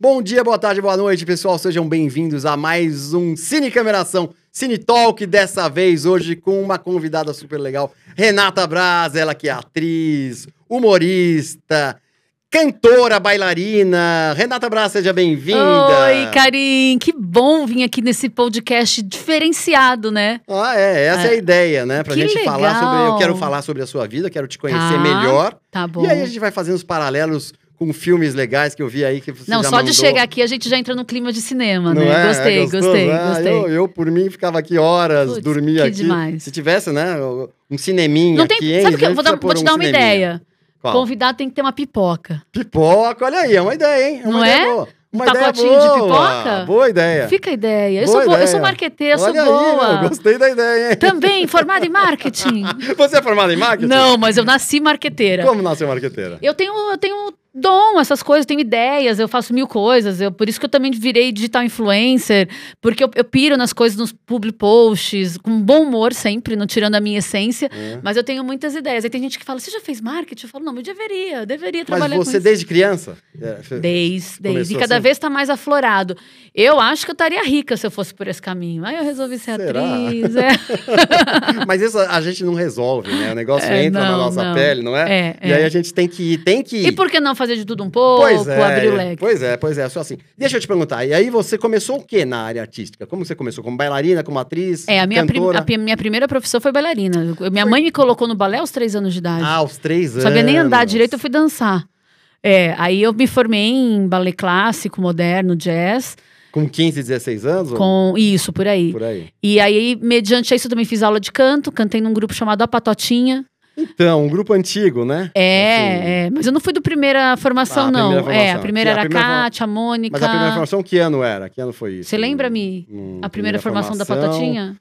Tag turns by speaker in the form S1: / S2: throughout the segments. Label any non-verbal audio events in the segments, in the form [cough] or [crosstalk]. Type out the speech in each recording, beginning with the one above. S1: Bom dia, boa tarde, boa noite, pessoal. Sejam bem-vindos a mais um Cine Cameração, Cine Talk, dessa vez hoje com uma convidada super legal, Renata Braz, ela que é atriz, humorista, cantora, bailarina. Renata Braz, seja bem-vinda.
S2: Oi, Karim. Que bom vir aqui nesse podcast diferenciado, né?
S1: Ah, é, essa é, a ideia, né? Pra
S2: Que
S1: gente falar
S2: legal.
S1: sobre. Eu quero falar sobre a sua vida, quero te conhecer
S2: Tá.
S1: melhor.
S2: Tá bom.
S1: E aí a gente vai fazendo os paralelos com filmes legais que eu vi aí que você
S2: Não,
S1: já
S2: só
S1: mandou.
S2: de chegar aqui a gente já entra no clima de cinema,
S1: Não
S2: né?
S1: é? É
S2: gostei,
S1: gostoso,
S2: gostei,
S1: né?
S2: gostei.
S1: Eu, eu, por mim, ficava aqui horas,
S2: Putz,
S1: dormia
S2: que
S1: aqui.
S2: demais.
S1: Se tivesse, né, um cineminha
S2: Não tem,
S1: aqui, hein?
S2: sabe o que
S1: A
S2: eu
S1: gente
S2: vou, dar-
S1: precisa
S2: vou te
S1: pôr
S2: dar
S1: um
S2: uma
S1: cineminha.
S2: ideia.
S1: Qual?
S2: Convidado tem que ter uma pipoca.
S1: Pipoca, olha aí, é uma ideia, hein? É uma
S2: Não
S1: ideia
S2: é?
S1: boa. Uma
S2: Um
S1: ideia
S2: pacotinho de
S1: boa.
S2: pipoca?
S1: Boa ideia.
S2: Fica a ideia. Eu
S1: É. Boa
S2: sou boa, eu
S1: ideia.
S2: sou marqueteira, sou
S1: olha aí,
S2: boa.
S1: meu, gostei da ideia, hein?
S2: Também formada em marketing.
S1: Você é formada em [laughs] marketing?
S2: Não, mas eu nasci marqueteira.
S1: Como nasceu marqueteira?
S2: Eu tenho, eu tenho dom, essas coisas, tenho ideias, eu faço mil coisas. Eu, por isso que eu também virei digital influencer, porque eu, eu piro nas coisas, nos public posts, com bom humor sempre, não tirando a minha essência.
S1: É.
S2: Mas eu tenho muitas ideias. Aí tem gente que fala, você já fez marketing? Eu falo, não, mas eu deveria, eu deveria
S1: Mas
S2: trabalhar com
S1: você
S2: isso.
S1: desde criança? É, fe-
S2: Desde, desde.
S1: Começou
S2: E cada
S1: assim?
S2: vez tá mais aflorado. Eu acho que eu estaria rica se eu fosse por esse caminho. Aí eu resolvi ser
S1: Será?
S2: atriz. É,
S1: [laughs] [laughs] Mas isso a gente não resolve, né? O negócio
S2: É,
S1: entra na
S2: não,
S1: nossa
S2: não.
S1: pele, não é?
S2: é,
S1: E
S2: é.
S1: aí a gente tem que ir, tem que ir.
S2: E por que não fazer de tudo um pouco,
S1: Pois é,
S2: abrir o leque?
S1: pois é, pois é, só assim. Deixa eu te perguntar, e aí você começou o que na área artística? Como você começou? Como bailarina, como atriz?
S2: É, a minha, prim-
S1: cantora?
S2: a pi- minha primeira profissão foi bailarina. Eu- Minha mãe me colocou no balé aos três anos de idade.
S1: Ah, aos três anos.
S2: Não sabia nem andar direito, eu fui dançar. É, aí eu me formei em balé clássico, moderno, jazz,
S1: Com 15, 16 anos? ou
S2: com isso, por aí.
S1: Por aí.
S2: E aí, mediante isso, eu também fiz aula de canto, cantei num grupo chamado A Patotinha.
S1: Então, um grupo antigo, né?
S2: É,
S1: Assim,
S2: é, mas eu não fui do primeira formação,
S1: Ah, a
S2: não.
S1: primeira
S2: É,
S1: formação.
S2: a primeira
S1: Que a
S2: era a
S1: primeira forma-
S2: Kátia, a Mônica.
S1: Mas a primeira formação, que ano era? Que ano foi isso?
S2: Você lembra-me?
S1: Hum,
S2: A primeira, formação, da Patotinha?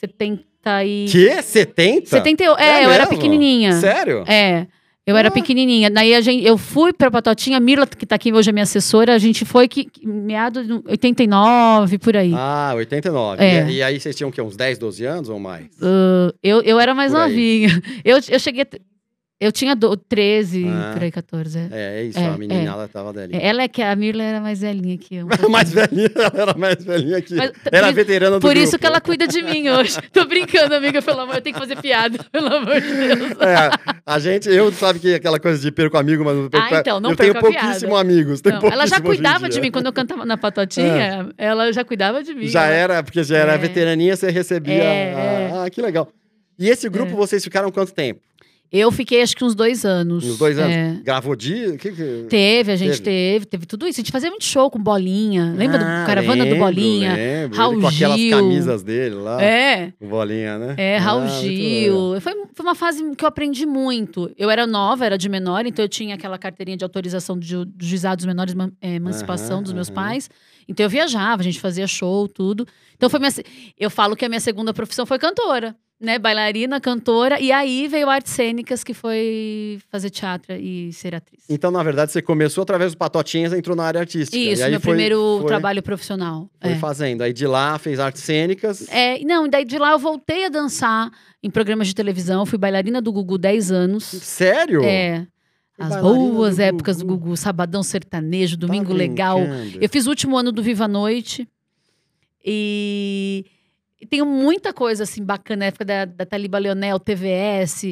S2: 70 e...
S1: Que? 70?
S2: 70, é,
S1: É
S2: eu era
S1: mesmo?
S2: pequenininha.
S1: Sério?
S2: É. Eu era
S1: Ah.
S2: pequenininha. Daí a gente, eu fui pra Patotinha, a Mirla, que tá aqui hoje, é minha assessora, a gente foi que, que meado de 89, por aí.
S1: Ah, 89.
S2: É. Uh,
S1: E, e aí vocês tinham o quê? Uns 10, 12 anos ou mais?
S2: Eu, eu era mais
S1: Por aí.
S2: novinha. [laughs] Eu, eu cheguei. a t- Eu tinha do- 13,
S1: Ah.
S2: por aí, 14. é.
S1: É, é isso,
S2: É,
S1: a meninada tava dali.
S2: É, Ela é que a Mirla era mais velhinha que
S1: [laughs]
S2: eu. um pouco.
S1: mais velhinha, ela era mais velhinha que.
S2: Mas-
S1: era
S2: por-
S1: veterana do
S2: Por isso
S1: grupo.
S2: que ela cuida de mim hoje. [laughs] Tô brincando, amiga, pelo amor, eu tenho que fazer piada, [laughs] pelo amor de Deus.
S1: É, a gente, eu sabe que aquela coisa de perco amigo, mas não perco.
S2: Ah, então, não
S1: eu tenho
S2: perco a piada.
S1: pouquíssimo amigos.
S2: Não,
S1: Tenho
S2: ela já
S1: pouquíssimo hoje em
S2: cuidava de
S1: dia.
S2: mim quando eu cantava na Patotinha, ela já cuidava de mim.
S1: É. Já
S2: ela-
S1: era, porque já era
S2: É.
S1: veteraninha, você recebia.
S2: É,
S1: a-
S2: é.
S1: Ah, que legal. E esse grupo, vocês ficaram quanto tempo?
S2: Eu fiquei acho que uns dois anos.
S1: Uns dois anos?
S2: É.
S1: Gravou dia? Que, que...
S2: Teve, a gente
S1: Teve?
S2: teve. teve, tudo isso. A gente fazia muito show com bolinha. Lembra
S1: Ah,
S2: do Caravana
S1: lembro,
S2: do Bolinha?
S1: Lembro.
S2: Raul
S1: Ele com aquelas
S2: Gil.
S1: camisas dele lá.
S2: É.
S1: Com bolinha, né?
S2: É, Raul
S1: Ah, muito legal.
S2: Gil. Foi, foi uma fase que eu aprendi muito. Eu era nova, era de menor, então eu tinha aquela carteirinha de autorização de ju- de juizado dos menores, eman- é, emancipação
S1: Aham,
S2: dos meus
S1: aham.
S2: pais. Então eu viajava, a gente fazia show, tudo. Então foi minha. se- Eu falo que a minha segunda profissão foi cantora, né? Bailarina, cantora. E aí veio artes cênicas, que foi fazer teatro e ser atriz.
S1: Então, na verdade, você começou através do Patotinhas, entrou na área artística.
S2: Isso,
S1: e aí
S2: meu
S1: foi-
S2: primeiro
S1: foi-
S2: trabalho profissional.
S1: Foi
S2: é.
S1: fazendo. Aí de lá fez artes cênicas.
S2: É, e não, e daí de lá eu voltei a dançar em programas de televisão, fui bailarina do Gugu 10 anos.
S1: Sério?
S2: É.
S1: Foi
S2: As
S1: bailarina
S2: boas
S1: do
S2: épocas
S1: Gugu.
S2: do Gugu, Sabadão Sertanejo,
S1: Tá
S2: Domingo Legal.
S1: brincando.
S2: Eu fiz o último ano do Viva a Noite. E, e tenho muita coisa assim bacana, na época da, da Taliba Leonel, TVS.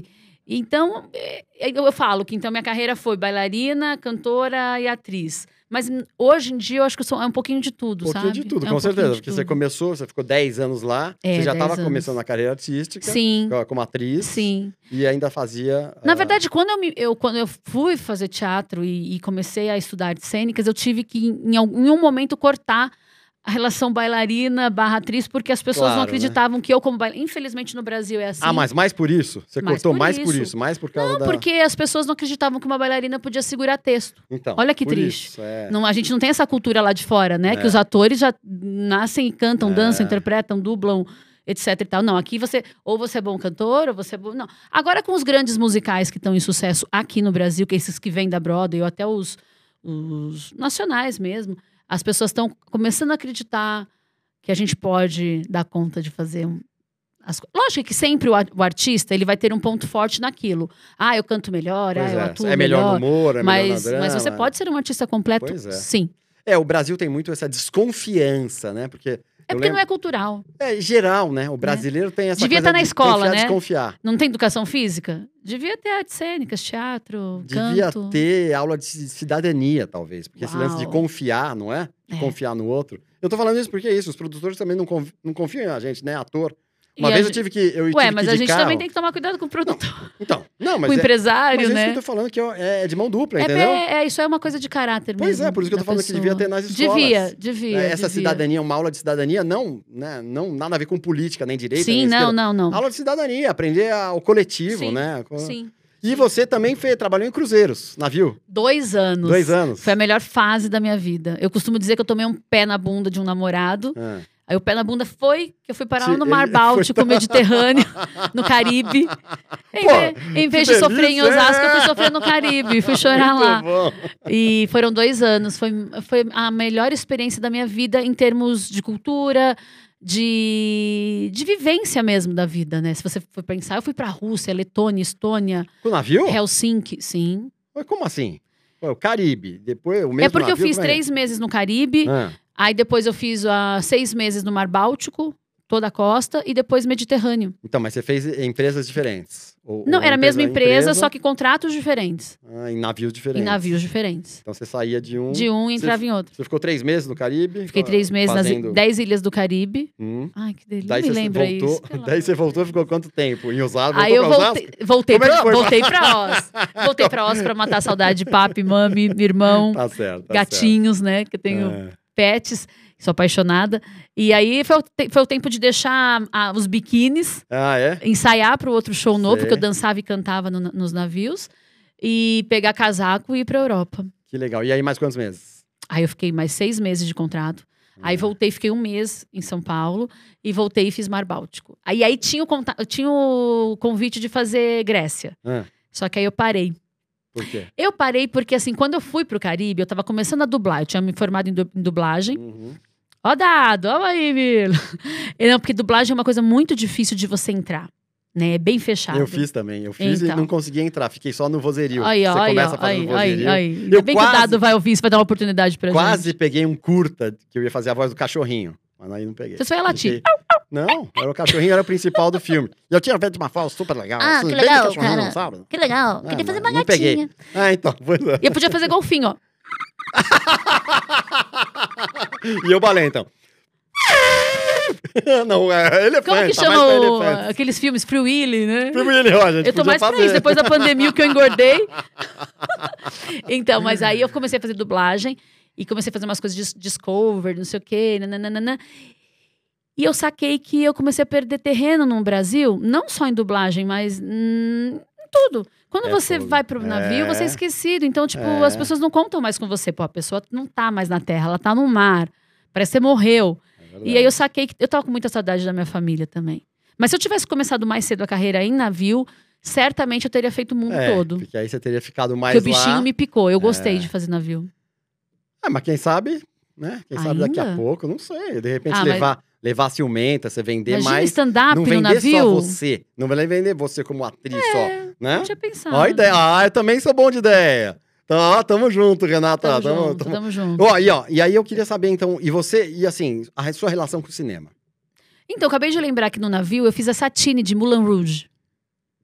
S2: Então, é, eu, eu falo que então minha carreira foi bailarina, cantora e atriz. Mas hum, hoje em dia eu acho que eu sou é um pouquinho de tudo,
S1: Um pouquinho
S2: sabe?
S1: de tudo,
S2: É um
S1: com
S2: pouquinho
S1: certeza.
S2: de
S1: Porque você
S2: tudo.
S1: começou, você ficou 10 anos lá,
S2: É,
S1: você já
S2: 10
S1: estava
S2: anos.
S1: começando a carreira artística,
S2: Sim,
S1: co- como atriz,
S2: sim.
S1: e ainda fazia.
S2: Na
S1: ah,
S2: verdade, quando eu, me- eu- quando eu fui fazer teatro e, e comecei a estudar artes cênicas, eu tive que, em, algum- em um momento, cortar a relação bailarina barra atriz, porque as pessoas
S1: Claro,
S2: não
S1: né?
S2: acreditavam que eu, como bailarina... Infelizmente, no Brasil é assim.
S1: Ah, mas mais por isso? Você
S2: Mais
S1: cortou
S2: por
S1: mais por
S2: isso.
S1: isso, mais por causa
S2: Não,
S1: da.
S2: porque as pessoas não acreditavam que uma bailarina podia segurar texto.
S1: Então,
S2: Olha que
S1: por
S2: triste.
S1: isso, é.
S2: Não, a gente não tem essa cultura lá de fora, né?
S1: É.
S2: Que os atores já nascem e cantam, dançam,
S1: É.
S2: interpretam, dublam, etc e tal. Não, aqui você... Ou você é bom cantor, ou você é bom... Não. Agora, com os grandes musicais que estão em sucesso aqui no Brasil, que esses que vêm da Broadway, ou até os, os nacionais mesmo, as pessoas estão começando a acreditar que a gente pode dar conta de fazer um... As... co- Lógico que sempre o, ar- o artista ele vai ter um ponto forte naquilo. Ah, eu canto melhor,
S1: Pois
S2: ah, eu
S1: é,
S2: atuo
S1: é melhor no humor, é melhor
S2: mas,
S1: na drama.
S2: mas você pode ser um artista completo,
S1: Pois é.
S2: sim.
S1: É, o Brasil tem muito essa desconfiança, né? Porque.
S2: É
S1: eu
S2: porque
S1: lembro-
S2: não é cultural.
S1: É geral, né? O brasileiro tem essa
S2: Devia
S1: coisa
S2: tá na
S1: de
S2: escola,
S1: confiar,
S2: né?
S1: desconfiar.
S2: Não tem educação física? Devia ter artes cênicas, teatro,
S1: Devia
S2: Um canto.
S1: ter aula de ci- cidadania, talvez. Porque esse lance de
S2: Uau.
S1: confiar, não é? De
S2: É.
S1: Confiar no outro. Eu tô falando isso porque é isso. Os produtores também não, conf- não confiam em a gente, né? Ator. Uma
S2: E a
S1: vez eu
S2: gente-
S1: tive que. Eu tive
S2: Ué,
S1: que
S2: mas
S1: ir
S2: a
S1: de
S2: gente
S1: carro.
S2: também tem que tomar cuidado com o produtor,
S1: [laughs] Então, não, mas.
S2: com o
S1: é, mas é
S2: empresário,
S1: isso que
S2: né?
S1: eu tô falando, que eu- é, é de mão dupla,
S2: É,
S1: entendeu?
S2: pé- é, isso é uma coisa de caráter
S1: Pois
S2: mesmo.
S1: é, por isso que eu tô
S2: da
S1: falando que devia ter
S2: pessoa.
S1: nas escolas.
S2: Devia, devia.
S1: É, Essa
S2: devia.
S1: cidadania, uma aula de cidadania, não, né, não nada a ver com política, nem direito.
S2: Sim, não, não, não.
S1: Aula de cidadania, aprender a- o coletivo,
S2: Sim,
S1: né?
S2: Sim.
S1: E você também fe- trabalhou em cruzeiros, navio?
S2: Dois anos.
S1: Dois anos.
S2: Foi a melhor fase da minha vida. Eu costumo dizer que eu tomei um pé na bunda de um namorado.
S1: Ah.
S2: Aí o pé na bunda foi que eu fui parar lá
S1: Sim,
S2: no
S1: [laughs]
S2: Mar
S1: ele-
S2: Báltico, Mediterrâneo, no Caribe. Em,
S1: Pô,
S2: ve- em vez
S1: que
S2: de sofrer em
S1: delícia! é.
S2: Osasco, eu fui sofrer no Caribe. Fui chorar
S1: Muito
S2: lá.
S1: bom.
S2: E foram dois anos. Foi, foi a melhor experiência da minha vida em termos de cultura, de, de vivência mesmo da vida, né? Se você for pensar, eu fui pra Rússia, Letônia, Estônia,
S1: Com navio?
S2: Helsinki, sim.
S1: Mas Como assim? Pô, o Caribe, depois o mesmo
S2: é porque eu
S1: navio,
S2: fiz
S1: como é?
S2: três meses no Caribe,
S1: Ah,
S2: aí depois eu fiz ah, seis meses no Mar Báltico, toda a costa, e depois Mediterrâneo.
S1: Então, mas você fez empresas diferentes? Ou-
S2: Não,
S1: ou
S2: era a mesma empresa, só que contratos diferentes,
S1: ah, em navios
S2: em
S1: diferentes.
S2: navios diferentes.
S1: Então você saía de um...
S2: De um entrava em outro.
S1: Você ficou três meses no Caribe?
S2: Fiquei três meses nas i-
S1: fazendo...
S2: dez ilhas do Caribe.
S1: Hum.
S2: Ai, que delícia.
S1: Daí
S2: me
S1: você
S2: lembra
S1: voltou,
S2: isso.
S1: [laughs]
S2: pelo
S1: daí
S2: amor.
S1: você voltou, ficou quanto tempo? Em Osasco?
S2: Aí eu
S1: Voltou pra
S2: voltei, voltei
S1: Como é que
S2: pra,
S1: foi?
S2: voltei pra Oz. Voltei pra Oz pra matar a saudade de papi, mami, meu irmão,
S1: Osasco? Tá certo. É. tá
S2: gatinhos, né? Que eu tenho
S1: certo.
S2: pets, sou apaixonada. E aí foi o, te- foi o tempo de deixar ah, os biquínis,
S1: Ah, é?
S2: ensaiar pro outro show novo,
S1: Sei.
S2: porque eu dançava e cantava no- nos navios, e pegar casaco e ir pra Europa.
S1: Que legal. E aí, mais quantos meses?
S2: Aí eu fiquei mais seis meses de contrato.
S1: É.
S2: Aí voltei, fiquei um mês em São Paulo e voltei e fiz Mar Báltico. Aí aí tinha o, conta- tinha o convite de fazer Grécia.
S1: Ah,
S2: Só que aí eu parei.
S1: por quê?
S2: Eu parei porque, assim, quando eu fui pro Caribe, eu tava começando a dublar. Eu tinha me formado em, du- em dublagem.
S1: Uhum.
S2: Ó, dado, ó aí, Milo. [laughs] E Não, porque dublagem é uma coisa muito difícil de você entrar, né? É bem fechado.
S1: Eu fiz também. Eu fiz e
S2: Então.
S1: não consegui entrar. Fiquei só no vozerio.
S2: Aí, ó,
S1: você
S2: aí,
S1: começa
S2: ó,
S1: fazendo
S2: aí, aí,
S1: vozerio.
S2: aí. Ainda
S1: Eu
S2: bem que o
S1: quase-
S2: Dado vai ouvir isso, vai dar uma oportunidade pra gente.
S1: Quase peguei um curta que eu ia fazer a voz do cachorrinho. Mas aí não peguei.
S2: Você só ia latir.
S1: Fiquei- Não, era o cachorrinho, era o principal do filme. E eu tinha feito uma fala super legal.
S3: Ah,
S1: assim,
S3: que
S1: bem do
S3: legal,
S1: cachorrinho,
S3: cara.
S1: sabe?
S3: Que legal.
S1: Ah,
S3: Queria fazer
S1: mas
S3: uma
S1: não peguei.
S3: gatinha.
S1: Ah, então, [laughs] pois é.
S2: E eu podia fazer golfinho, ó.
S1: E eu balei, então. [laughs] Não, é elefante. tá
S2: Como que
S1: mais pra
S2: chama o-
S1: elefante.
S2: aqueles filmes? Free Willy, né?
S1: Pro Willy, ó, gente,
S2: Eu tô
S1: podia
S2: mais pra
S1: fazer.
S2: isso, depois da pandemia o que eu
S1: [laughs]
S2: engordei. então, mas aí eu comecei a fazer dublagem e comecei a fazer umas coisas de Discover, não sei o quê, nananana. E eu saquei que eu comecei a perder terreno no Brasil, não só em dublagem, mas hum, em tudo. Quando
S1: É
S2: você
S1: fogo.
S2: vai pro navio,
S1: É.
S2: você é esquecido. Então, tipo,
S1: É.
S2: as pessoas não contam mais com você. Pô, a pessoa não tá mais na terra, ela tá no mar. Parece que você
S1: É
S2: morreu. E
S1: verdade.
S2: aí eu saquei que eu tava com muita saudade da minha família também. Mas se eu tivesse começado mais cedo a carreira em navio, certamente eu teria feito o mundo
S1: É,
S2: todo.
S1: Porque aí você teria ficado mais
S2: Porque o bichinho
S1: lá. É.
S2: me picou. Eu gostei de fazer navio.
S1: Ah, mas quem sabe, né? Quem sabe daqui a
S2: Ainda?
S1: pouco, não sei. De repente
S2: Ah, mas-
S1: levar, levar ciumenta, você vender
S2: Imagina
S1: mais. Não
S2: stand-up
S1: vender
S2: Ah, no navio. É,
S1: só você. Não vai vender você como atriz só, né?
S2: Não tinha pensado.
S1: Ó, a ideia. Ah, eu também sou bom de ideia. Então, ó, tá, tamo junto, Renata.
S2: Tamo,
S1: tamo-
S2: junto,
S1: tamo-
S2: tamo junto.
S1: Ó, e, ó, e aí eu queria saber, então, e você, e assim, a sua relação com o cinema.
S2: Então, eu acabei de lembrar que no navio eu fiz a Satine de Moulin Rouge.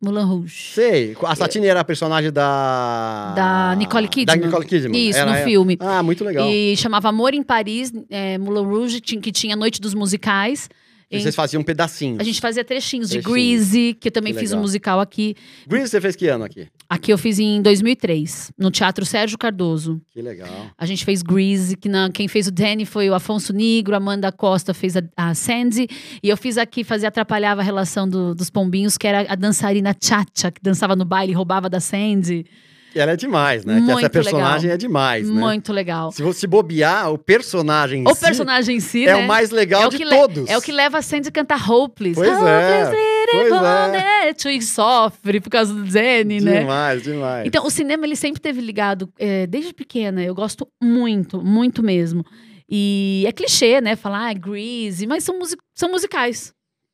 S2: Moulin Rouge.
S1: Sei, a Satine era a personagem da...
S2: É. Da Nicole
S1: Da
S2: Kidman.
S1: Nicole Kidman.
S2: Isso,
S1: Ela
S2: no
S1: é-
S2: filme.
S1: Ah, muito legal. E...
S2: E chamava Amor em Paris, é, Moulin Rouge, ti- que tinha Noite dos Musicais. Em-
S1: Vocês faziam um pedacinhos.
S2: A gente fazia trechinhos, de
S1: Trechinhos.
S2: Greasy, que eu também
S1: Que
S2: fiz um
S1: legal.
S2: musical aqui.
S1: Grease, você fez que ano aqui?
S2: Aqui eu fiz em 2003, no Teatro Sérgio Cardoso.
S1: Que legal.
S2: A gente fez Grease, que na- quem fez o Danny foi o Afonso Negro, a Amanda Costa fez a, a Sandy. E eu fiz aqui, fazia Atrapalhava a Relação do- dos Pombinhos, que era a dançarina Chacha, que dançava no baile e roubava da Sandy.
S1: Que ela é demais, né? que essa
S2: Muito
S1: personagem é demais, né?
S2: Muito legal.
S1: Se você bobear, o personagem em
S2: O
S1: si
S2: personagem em si,
S1: é
S2: né?
S1: o mais legal
S2: É o
S1: de
S2: que le-
S1: todos.
S2: É o que leva a Sandy a cantar Hopeless.
S1: Pois é.
S2: Hopeless,
S1: Pois
S2: né?
S1: é.
S2: Bonnet, E sofre por causa do Danny, né?
S1: Demais, demais.
S2: Então, o cinema, ele sempre teve ligado, eh, desde pequena, eu gosto muito, muito mesmo. E é clichê, né? Falar, ah, Grease, mas são, musi- são musicais.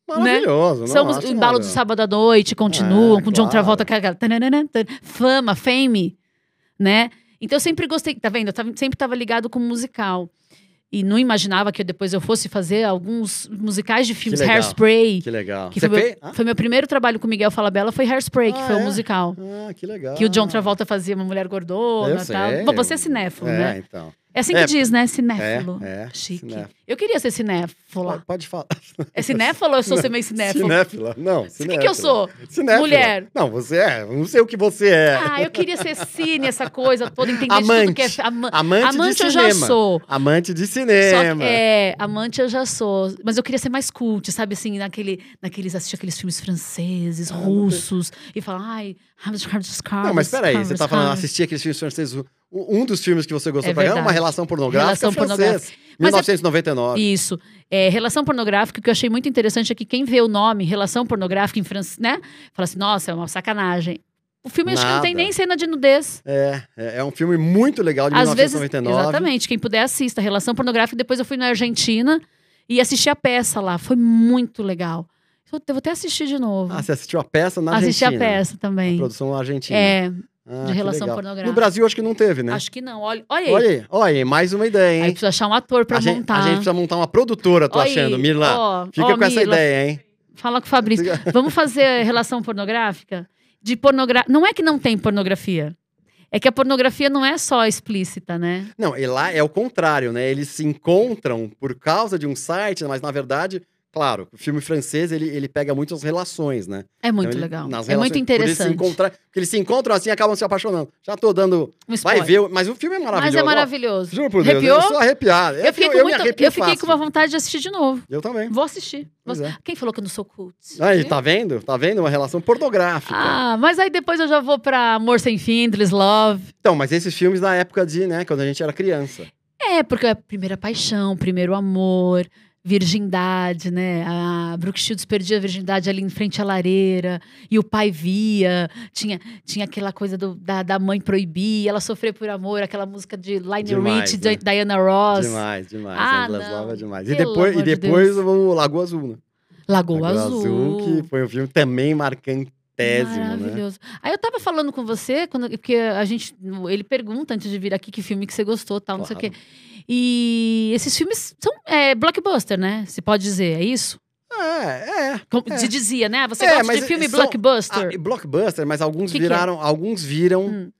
S1: maravilhoso.
S2: são
S1: nossa,
S2: mus- né, o embalo do
S1: maravilhoso.
S2: sábado à noite, continuam,
S1: É,
S2: com John
S1: claro.
S2: Travolta, que é aquela tananana, tan- fama, fame, né? Então eu sempre gostei, tá vendo? Eu tava- sempre estava ligado com musical. E não imaginava que eu depois eu fosse fazer alguns musicais de filmes,
S1: legal.
S2: Hairspray.
S1: Que legal.
S2: Que
S1: Você
S2: foi,
S1: fez?
S2: meu,
S1: Ah?
S2: foi meu primeiro trabalho com Miguel Falabella, foi Hairspray,
S1: Ah,
S2: que foi
S1: é?
S2: um musical.
S1: Ah, que legal.
S2: Que o John Travolta fazia uma mulher
S1: Eu
S2: gordona e
S1: sei,
S2: tal. Bom, você é cinéfilo,
S1: É,
S2: né?
S1: então.
S2: É assim
S1: É,
S2: que diz, né?
S1: É,
S2: Cinéfilo.
S1: é.
S2: Chique.
S1: cinéfilo.
S2: Eu queria ser cinéfila.
S1: Pode, pode falar. [laughs]
S2: É cinéfila ou eu sou ser meio cinéfila?
S1: Cinéfila. Não,
S2: O
S1: cinéfila.
S2: que, que eu sou?
S1: Cinéfila.
S2: Mulher.
S1: Não, você é. Não sei o que você é.
S2: Ah, eu queria ser cine, essa coisa toda, entender de tudo que
S1: Amante.
S2: é. ama-
S1: Amante,
S2: Amante
S1: de
S2: eu
S1: cinema.
S2: já sou.
S1: Amante de
S2: Só que,
S1: cinema.
S2: é, amante eu já sou. Mas eu queria ser mais cult, sabe? Assim, naquele, naqueles, assistir aqueles filmes franceses, russos. E falar, ai,
S1: Ah, Não, mas peraí, você tá falando, assistir aqueles filmes franceses. o- Um dos filmes que você gostou
S2: É
S1: pra caramba é uma
S2: verdade.
S1: relação pornográfica
S2: Relação
S1: francesa,
S2: pornográfica. Mas é-
S1: 1999.
S2: Isso. É, relação pornográfica, o que eu achei muito interessante é que quem vê o nome relação pornográfica em francês, né? Fala assim, nossa, é uma sacanagem. O filme acho que não tem
S1: Nada.
S2: nem cena de nudez.
S1: É, é, é um filme muito legal de
S2: Às vezes,
S1: 1999.
S2: exatamente, quem puder assista relação pornográfica. Depois eu fui na Argentina e assisti a peça lá. Foi muito legal. Eu devo até assistir de novo.
S1: Ah, você assistiu a peça na
S2: assisti a
S1: Argentina.
S2: peça também.
S1: Produção argentina.
S2: É,
S1: Ah,
S2: de
S1: que
S2: relação
S1: legal.
S2: pornográfica.
S1: No Brasil acho que não teve, né?
S2: acho que não. Olha, olha aí.
S1: Olha aí, olha aí, mais uma ideia,
S2: Aí
S1: hein?
S2: precisa achar um ator pra
S1: a, gente,
S2: montar.
S1: a gente precisa montar uma produtora, tô
S2: Olha aí,
S1: achando, Mirla.
S2: ó,
S1: Fica
S2: ó,
S1: com essa
S2: Mirla,
S1: ideia, hein?
S2: Fala com o Fabrício. Vamos fazer relação pornográfica? De pornogra... Não é que não tem pornografia. É que a pornografia não é só explícita, né?
S1: Não, e lá é o contrário, né? Eles se encontram por causa de um site, mas na verdade, claro, o filme francês ele, ele pega muitas relações, né?
S2: É muito
S1: Então, ele-
S2: legal.
S1: nas
S2: É
S1: relações,
S2: muito
S1: por eles se
S2: interessante.
S1: encontrar- porque eles se encontram assim e acabam se apaixonando. Já tô dando.
S2: Um
S1: Vai
S2: spoiler.
S1: ver, o- mas o filme é
S2: Mas
S1: maravilhoso.
S2: é
S1: ó.
S2: maravilhoso.
S1: Juro por Deus,
S2: Arrepiou?
S1: eu sou arrepiado. É
S2: Eu fiquei,
S1: eu,
S2: com,
S1: eu me
S2: muito...
S1: arrepio
S2: eu fiquei
S1: fácil.
S2: com uma vontade de assistir de novo.
S1: Eu também.
S2: Vou assistir. Vou
S1: Pois é.
S2: ass- Quem falou que eu não sou cult?
S1: Aí,
S2: Viu?
S1: tá vendo? Tá vendo? Uma relação pornográfica.
S2: Ah, mas aí depois eu já vou pra Amor Sem Fim, Endless Love.
S1: Então, mas esses filmes da época de, né, quando a gente era criança.
S2: É, porque é a primeira paixão, primeiro amor, virgindade, né? A Brooke Shields perdia a virgindade ali em frente à lareira. E o pai via. Tinha, tinha aquela coisa do- da, da mãe proibir. Ela sofreu por amor. Aquela música de Lionel
S1: Demais,
S2: Rich,
S1: né?
S2: Di- Diana Ross.
S1: Demais, demais.
S2: Ah,
S1: Endless
S2: não.
S1: Love é demais. e
S2: Pelo
S1: depois, e
S2: amor de
S1: depois
S2: Deus.
S1: o Lagoa Azul, né?
S2: Lagoa,
S1: Lagoa
S2: Azul.
S1: que foi um filme também marcantésimo, né?
S2: Maravilhoso. Aí eu tava falando com você, quando, porque a gente. Ele pergunta antes de vir aqui que filme que você gostou, tal, não sei o
S1: Claro.
S2: quê. E esses filmes são é, blockbuster, né? Se pode dizer, é isso?
S1: É, é.
S2: Como se dizia, né? Ah, Você
S1: É,
S2: gosta
S1: mas
S2: de filme
S1: são- Ah,
S2: blockbuster.
S1: e blockbuster, mas alguns
S2: Que que é?
S1: viraram, alguns viram
S2: Hum.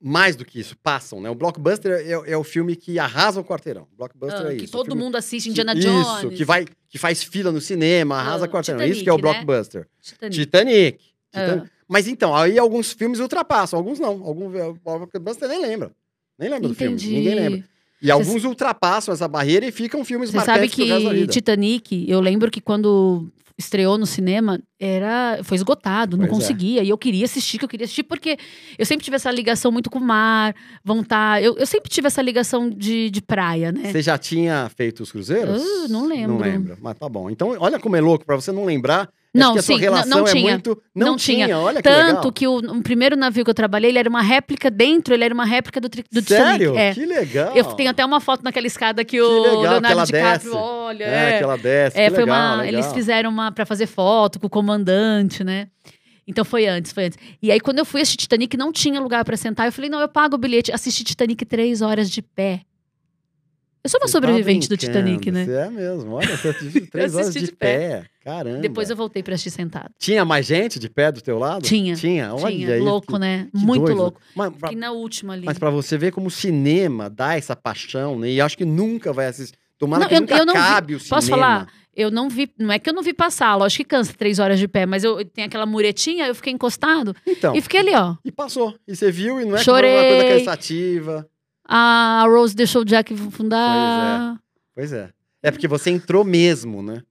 S1: mais do que isso, passam, né? O blockbuster é, é o filme que arrasa o quarteirão. Blockbuster
S2: Ah,
S1: é
S2: que
S1: isso. o
S2: todo
S1: filme
S2: mundo assiste,
S1: que-
S2: Indiana
S1: Isso,
S2: Jones.
S1: que vai, que faz fila no cinema, arrasa
S2: Ah,
S1: o quarteirão. isso
S2: Titanic,
S1: que é o
S2: né?
S1: blockbuster.
S2: Titanic.
S1: Titanic.
S2: Ah.
S1: Titan- Mas então, aí alguns filmes ultrapassam, alguns não. Alguns é, o blockbuster nem lembra. Nem lembra do
S2: Entendi.
S1: filme, ninguém lembra. E alguns ultrapassam essa barreira e ficam filmes
S2: Você sabe
S1: marcantes pro resto da
S2: que
S1: vida.
S2: Titanic, eu lembro que quando estreou no cinema, era foi esgotado, não
S1: Pois é.
S2: conseguia. E eu queria assistir, que eu queria assistir, porque eu sempre tive essa ligação muito com o mar, vontade. Eu, eu sempre tive essa ligação de, de praia, né?
S1: Você já tinha feito os cruzeiros?
S2: Ah, não lembro.
S1: Não lembro, mas tá bom. Então, olha como é louco, pra você não lembrar, é
S2: Não,
S1: porque a sua
S2: sim, n-
S1: relação
S2: não
S1: é
S2: tinha.
S1: muito... Não,
S2: Não
S1: tinha.
S2: tinha.
S1: olha que
S2: Tanto
S1: legal.
S2: que o, o primeiro navio que eu trabalhei, ele era uma réplica dentro, ele era uma réplica do, tri- do
S1: Sério?
S2: Titanic. É.
S1: Que legal.
S2: Eu tenho até uma foto naquela escada que,
S1: Então. Que
S2: o
S1: legal, que ela
S2: Leonardo DiCaprio
S1: desce.
S2: olha.
S1: É,
S2: é.
S1: que ela desce,
S2: É,
S1: que
S2: foi
S1: legal,
S2: uma.
S1: legal.
S2: Eles fizeram uma pra fazer foto com o comandante, né? Então foi antes, foi antes. E aí, quando eu fui assistir Titanic, não tinha lugar pra sentar. Eu falei, não, eu pago o bilhete. Assisti Titanic três horas de pé. Eu sou uma
S1: Você tá
S2: sobrevivente do
S1: brincando,
S2: Titanic, né?
S1: Você é mesmo, olha, você assistiu
S2: [laughs]
S1: três
S2: Eu
S1: horas de,
S2: assisti de
S1: pé. Caramba.
S2: Depois eu voltei pra assistir sentado.
S1: Tinha mais gente de pé do teu lado?
S2: Tinha,
S1: Tinha, olha
S2: Tinha,
S1: aí,
S2: louco,
S1: que-
S2: né?
S1: que
S2: Muito
S1: doido.
S2: louco.
S1: Mas pra,
S2: Fiquei na última ali.
S1: mas pra você ver como o cinema dá essa paixão, né? E acho que nunca vai assistir. Tomara
S2: Não,
S1: que
S2: eu-
S1: nunca
S2: eu não vi-
S1: cabe o cinema.
S2: Posso falar? Eu não vi, não é que eu não vi passar, lógico que cansa três horas de pé, mas eu, eu tenho aquela muretinha, eu fiquei encostado
S1: Então,
S2: e
S1: e...
S2: fiquei ali, ó.
S1: passou. E você viu, e não é que foi uma coisa
S2: Chorei.
S1: cansativa.
S2: Ah, A Rose deixou o Jack fundar.
S1: Pois é. É porque você entrou mesmo, né?